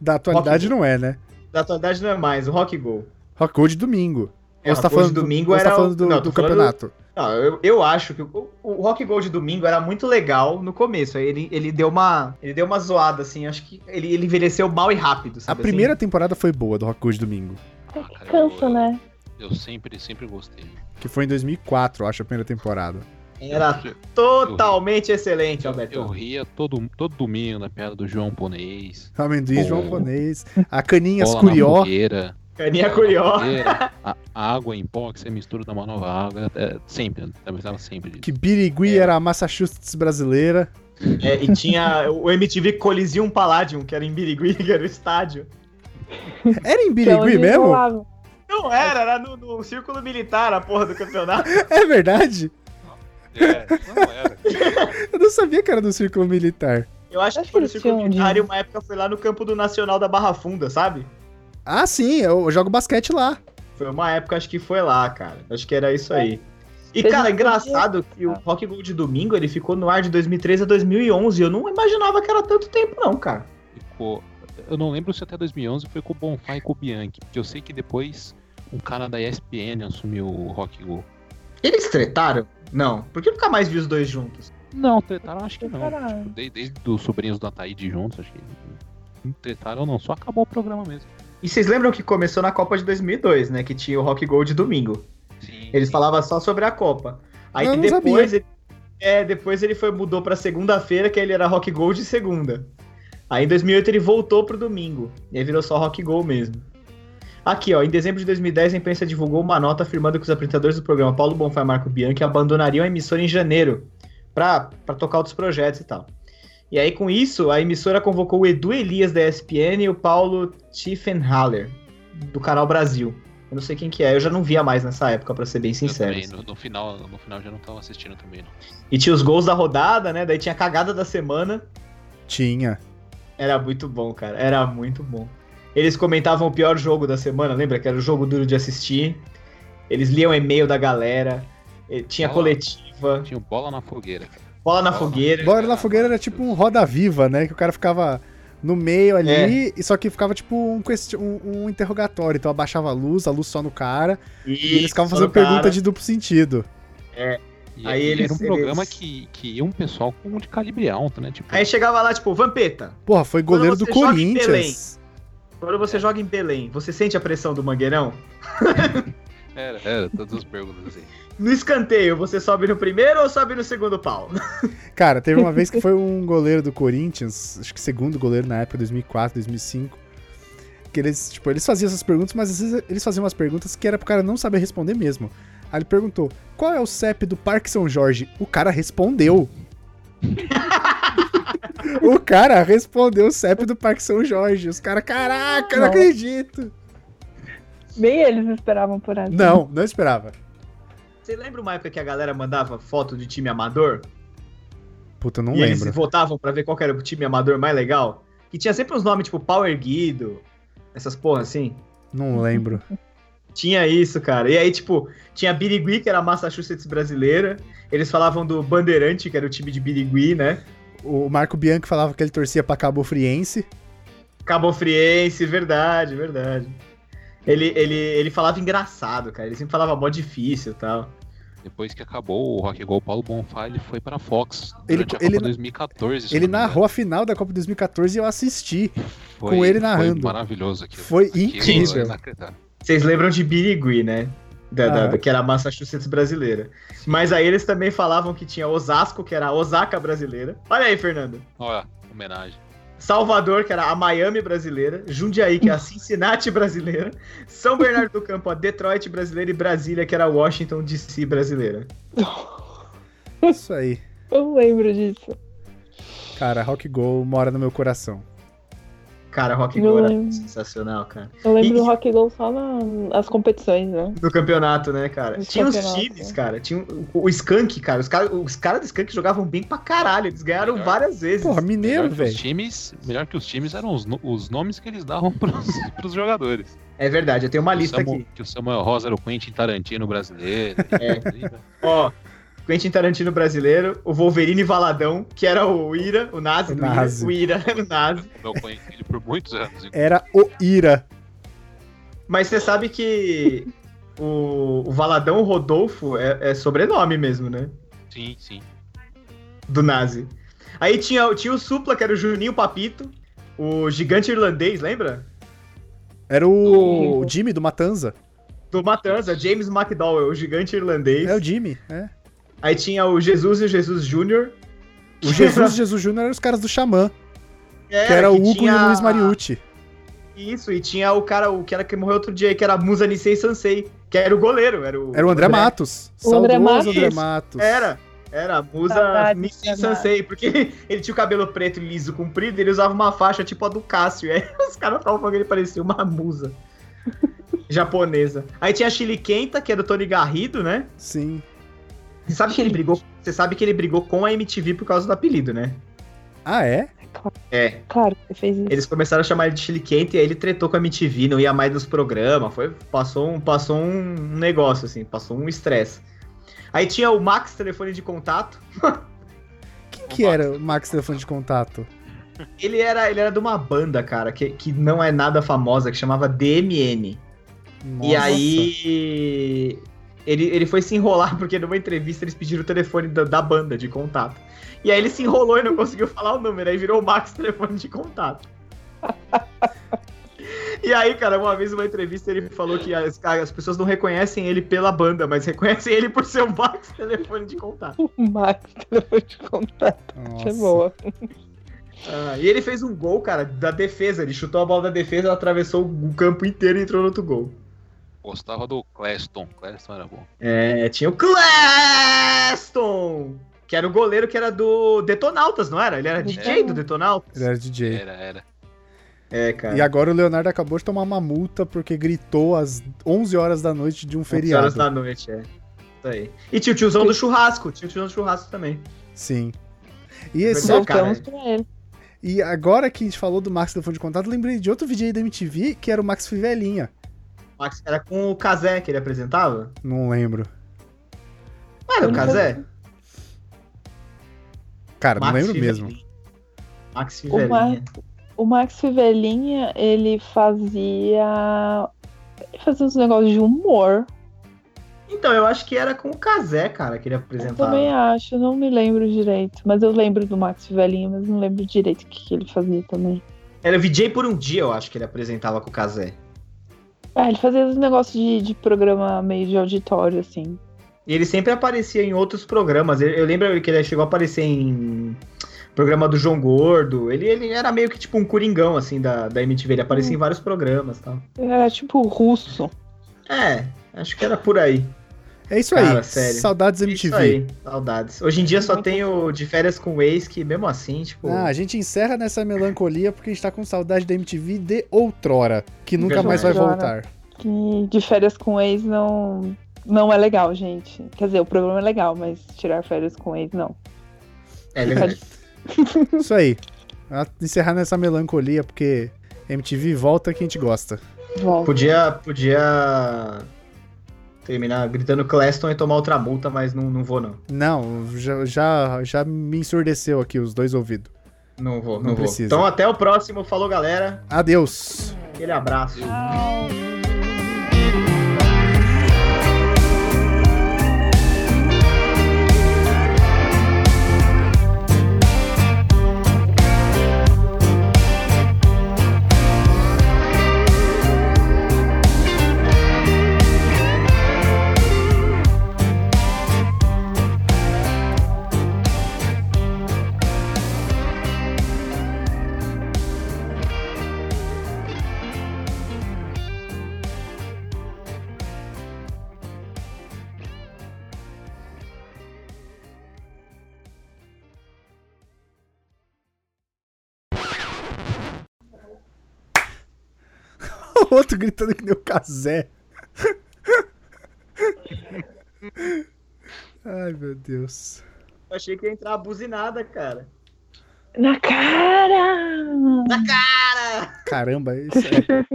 Da atualidade
Rock
não é, né?
Da atualidade não é mais, o Rock Go.
Rock Go de domingo.
É,
Ou você tá
Ah, Rock Go de
falando,
domingo
ou você tá
era o-
falando do,
não,
do
tô falando-
campeonato?
Não, eu, eu acho que o, o Rock Gold Domingo era muito legal no começo. Aí ele, ele deu uma ele deu uma zoada assim, acho que ele, ele envelheceu mal e rápido,
A
sabe assim?
primeira temporada foi boa do Rock Gold Domingo,
É que
cara,
cansa,
eu-
né?
Eu sempre, sempre gostei.
que foi em 2004, eu acho, a primeira temporada.
assim? era totalmente excelente,
Eu,
Alberto.
eu ria todo, todo domingo na piada do João Ponês.
Amendoim,
Bom.
João Ponês, a Caninhas
bola na
Curió.
fogueira,
Caninha
bola na
curiosa.
fogueira, A, a água em pó que você mistura na uma nova água. É, sempre, eu também tava sempre disso.
Que Birigui
É.
era a Massachusetts brasileira.
É, e tinha o MTV Coliseum Palladium, que era em Birigui, que era o estádio.
Era em
Que é onde
Birigui mesmo?
rolava.
Não era, era no, no círculo militar a porra do campeonato.
É verdade?
É, não era.
Eu não sabia que era do Círculo Militar.
Eu acho,
Acho
que foi
que
no
eles
círculo
tinham
militar
de-
e uma época foi lá no campo do Nacional da Barra Funda, sabe?
Ah, sim, eu jogo basquete lá.
Foi uma época, acho que foi lá, cara. Acho que era isso aí. E,
Teve
cara,
um
engraçado que o Rock Gold de domingo, ele ficou no ar de 2013 a 2011. Eu não imaginava que era tanto tempo, não, cara.
Ficou. Eu não lembro se até 2011 foi com o Bonfá e com o Bianchi, porque eu sei que depois um cara da ESPN assumiu o Rock Go.
Eles tretaram? Não. Por que eu nunca mais vi os dois juntos?
Não, tretaram acho que não.
Caralho.
Tipo, de- desde os sobrinhos do Ataíde juntos, acho que não tretaram não, só acabou o programa mesmo.
E vocês lembram que começou na Copa de 2002, né? Que tinha o Rock Gold de domingo.
Sim,
Eles falavam só sobre a Copa. Aí
Eu não
depois ele, é, depois ele foi mudou pra segunda-feira, que aí ele era Rock Gold de segunda. Aí em 2008 ele voltou pro domingo. E aí virou só Rock Gold mesmo. Aqui, ó, em dezembro de 2010 a imprensa divulgou uma nota afirmando que os apresentadores do programa Paulo Bonfá e Marco Bianchi abandonariam a emissora em janeiro pra, pra tocar outros projetos e tal. E aí com isso, a emissora convocou o Edu Elias da ESPN e o Paulo Tiefenhaler do canal Brasil. Eu não sei quem que é, eu já não via mais nessa época, pra ser bem
eu
sincero.
também, no, no final, no final eu já não tava assistindo também, não.
E tinha os gols da rodada, né? Daí tinha a cagada da semana.
Tinha.
Era muito bom, cara. Era muito bom. Eles comentavam o pior jogo da semana, lembra? Que era o jogo duro de assistir. Eles liam e-mail da galera. E Tinha
Bola.
coletiva,
Tinha o bola na fogueira. cara.
bola na
Bola.
fogueira.
Bora na fogueira era tipo um roda-viva, né? Que o cara ficava no meio
É.
ali, e só que ficava tipo um, quest- um- um interrogatório. Então abaixava a luz, a luz só no cara, e eles ficavam fazendo pergunta de duplo sentido.
E
Aí
aí
eles-
era um programa
eles-
que, que ia um pessoal com de calibre alto, né? Tipo,
Aí chegava lá, tipo, Vampeta,
Porra, foi
Quando
goleiro do
você joga em
Corinthians.
quando você joga em Belém, você sente a pressão do Mangueirão?
era, era, todas as perguntas assim.
No escanteio, você sobe no primeiro ou sobe no segundo pau?
Cara, teve uma vez que foi um goleiro do Corinthians, acho que segundo goleiro na época, 2004, 2005. Que eles, tipo, eles faziam essas perguntas, mas às vezes eles faziam umas perguntas que era pro cara não saber responder mesmo. Aí ele perguntou: qual é o CEP do Parque São Jorge? O cara respondeu. o cara respondeu o CEP do Parque São Jorge. Os caras, caraca, não
Não.
acredito.
Nem eles esperavam por essa.
Não, não esperava.
Você lembra uma época que a galera mandava foto de time amador?
Puta, eu não
e
lembro.
eles votavam pra ver qual que era o time amador mais legal. E tinha sempre uns nomes tipo Pau Erguido, essas porra assim.
Não lembro.
Tinha isso, cara. E aí, tipo, tinha Birigui, que era a Massachusetts brasileira. Eles falavam do Bandeirante, que era o time de Birigui, né?
O Marco Bianchi falava que ele torcia pra Cabo Friense.
Cabo Friense, verdade, verdade. Ele, ele, ele falava engraçado, cara. Ele sempre falava mó difícil e tal.
Depois que acabou o Rock Go, o Paulo Bonfá ele foi pra Fox
Ele-
durante a
ele-
Copa 2014. se
Ele
eu não me engano.
narrou a final da Copa 2014 e eu assisti.
Foi-
com ele narrando.
Foi maravilhoso aquilo.
Foi
Aquilo
incrível.
é inacreditável.
Vocês lembram de Birigui, né? Da, da-
Ah.
da- que era a Massachusetts brasileira. Mas aí eles também falavam que tinha Osasco, que era a Osaka brasileira. Olha aí, Fernando.
Olha, homenagem.
Salvador, que era a Miami brasileira, Jundiaí, que é a Cincinnati brasileira, São Bernardo do Campo, a Detroit brasileira e Brasília, que era a Washington DC brasileira.
Isso aí.
Eu lembro disso.
Cara, Rock Go mora no meu coração.
Cara, Rock
Não
Go era
lembro.
sensacional, cara.
Eu lembro
E-
do Rock Go só na- nas competições, né?
No campeonato, né, cara?
Nos
tinha os
campeonatos,
times,
né?
cara. Tinha o, o Skunk, cara. Os caras os cara do Skunk jogavam bem pra caralho. Eles ganharam
Melhor.
várias vezes.
Porra,
Melhor
mineiro,
que, os
velho.
times, melhor que os times eram os, no- os nomes que eles davam pros, pros jogadores.
É verdade, eu tenho uma
Que o
lista
Samu-
aqui.
Que o Samuel Rosa era o Quentin Tarantino brasileiro.
É.
assim, né?
Ó, Quentin Tarantino brasileiro, o Wolverine Valadão, que era o Ira, o Nazi,
O
do
Nazi.
Ira, o Ira, o Nazi.
Eu conheci ele por muitos anos.
Era o Ira.
Mas você sabe que o, o Valadão Rodolfo é, é sobrenome mesmo, né?
Sim, sim.
Do Nazi. Aí tinha, tinha o Supla, que era o Juninho Papito, o gigante irlandês, lembra?
Era o, o Jimmy do Matanza.
Do Matanza, James McDowell, o gigante irlandês.
É o Jimmy, é.
Aí tinha o Jesus e o Jesus Júnior.
O Jesus Jesus Júnior eram os caras do Xamã,
É,
que era o
que
Hugo e
tinha-
o Luiz Mariucci.
Isso, e tinha o cara, o que era que morreu outro dia, aí, que era Musa Nisei Sansei, que era o goleiro, era o...
Era o André Matos.
O André
Saudoso André
Matos.
Matos.
É. Era, era a Musa
Saudades,
Nisei
Renato.
Sansei, porque ele tinha o cabelo preto e liso comprido, e ele usava uma faixa tipo a do Cássio, e aí os caras falavam que ele parecia uma musa japonesa. Aí tinha a Chile Quenta, que era o Tony Garrido, né?
Sim.
Você sabe que ele brigou, você sabe que ele brigou com a MTV por causa do apelido, né?
Ah, é?
É,
Claro que você fez isso.
Eles começaram a chamar ele de Chile Quente e aí ele tretou com a MTV, não ia mais nos programas. Foi, passou um, passou um negócio, assim, passou um estresse. Aí tinha o Max telefone de contato.
Quem que era o Max telefone de contato?
Ele era, ele era de uma banda, cara, que, que não é nada famosa, que chamava DMN. E
Nossa.
aí. Ele, ele foi se enrolar, porque numa entrevista eles pediram o telefone da, da banda de contato. E aí ele se enrolou e não conseguiu falar o número, aí virou o Max telefone de contato. E aí, cara, uma vez numa entrevista ele falou que as, as pessoas não reconhecem ele pela banda, mas reconhecem ele por ser o Max telefone de contato.
O Max, então telefone de contato,
Nossa.
é boa.
Ah, e ele fez um gol, cara, da defesa. Ele chutou a bola da defesa, ela atravessou o campo inteiro e entrou no outro gol.
Gostava do Cleston. Cleston era bom.
É, tinha o Cleston, que era o goleiro que era do Detonautas, não era? Ele era DJ do
Ele
Detonautas?
era DJ.
Era, era.
É,
E
cara.
agora o Leonardo acabou de tomar uma multa porque gritou às 11 horas da noite de um
11 horas
feriado.
da noite, é. Isso aí. E tinha o tiozão do churrasco, tinha o tiozão do churrasco também.
Sim. E, é só,
Verdade.
Voltamos pra ele.
e agora que a gente falou do Max telefone de contato, lembrei de outro vídeo aí da MTV que era o Max Fivelinha.
O Max era com o Kazé que ele apresentava.
Não lembro.
Não era o
Eu nunca
Kazé?
Cara, não lembro
Fivelinha.
mesmo.
Max
O, Mar...
Fivelinha.
o Max Fivelinha, ele fazia. Ele fazia uns negócios de humor.
Então, eu acho que era com o Kazé, cara, que ele
Eu
apresentava.
também acho, não me lembro direito. Mas eu lembro do Max Fivelinha, mas não lembro direito o que, que ele fazia também.
Era o VJ por um dia, eu acho que ele apresentava com o Kazé.
Ah, ele fazia uns negócios de, de programa meio de auditório, assim.
E ele sempre aparecia em outros programas. Eu, eu lembro que ele chegou a aparecer em programa do João Gordo. Ele, ele era meio que tipo um coringão, assim, da, da MTV. Ele aparecia em vários programas e tal.
Ele era tipo russo.
É, acho que era por aí.
É isso
Cara,
aí.
sério. É
Saudades
Isso
MTV.
aí, saudades. Hoje em dia só tem o de férias com o ex, que mesmo assim, tipo...
Ah, a gente encerra nessa melancolia porque a gente tá com saudade da MTV de outrora, que nunca
Verdade.
mais vai
Outrora.
voltar.
Que de férias com ex não, não é legal, gente. Quer dizer, o programa é legal, mas tirar férias com ex não.
é verdade.
Isso aí. Ah, Encerrar nessa melancolia porque MTV volta que a gente gosta.
Volta.
Podia, podia terminar gritando Cleston e tomar outra multa, mas não, não vou, não.
Não, já, já, já me ensurdeceu aqui os dois ouvidos.
Não vou, não,
Não
vou.
precisa.
Então até o próximo. Falou, galera.
Adeus.
Aquele abraço.
O outro gritando que nem o Cazé. Ai, meu Deus.
Eu achei que ia entrar a buzinada, cara.
Na cara!
Cara!
Caramba, isso é...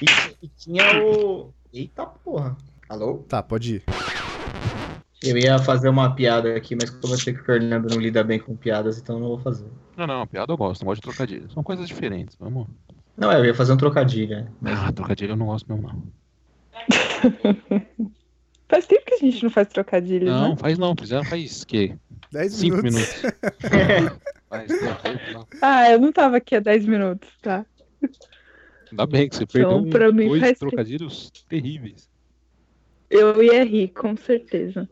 E, e tinha o. Eita porra. Alô?
Tá, pode ir.
Eu ia fazer uma piada aqui, mas como eu sei que o Fernando não lida bem com piadas, então eu não vou fazer.
Não, não, piada eu gosto, não gosto de trocadilho. São coisas diferentes, vamos.
Não, eu ia fazer um trocadilho. né?
Ah, trocadilho eu não gosto mesmo, não.
Faz tempo que a gente não faz trocadilho,
Não,
né?
faz não, fizeram faz que?
10
Cinco
minutos.
minutos.
né?
Faz não, tempo não.
Ah, eu não tava aqui há 10 minutos, tá?
Ainda bem que você
Então,
perdeu um-
pra mim,
dois
faz tempo.
trocadilhos terríveis.
Eu ia rir, com certeza.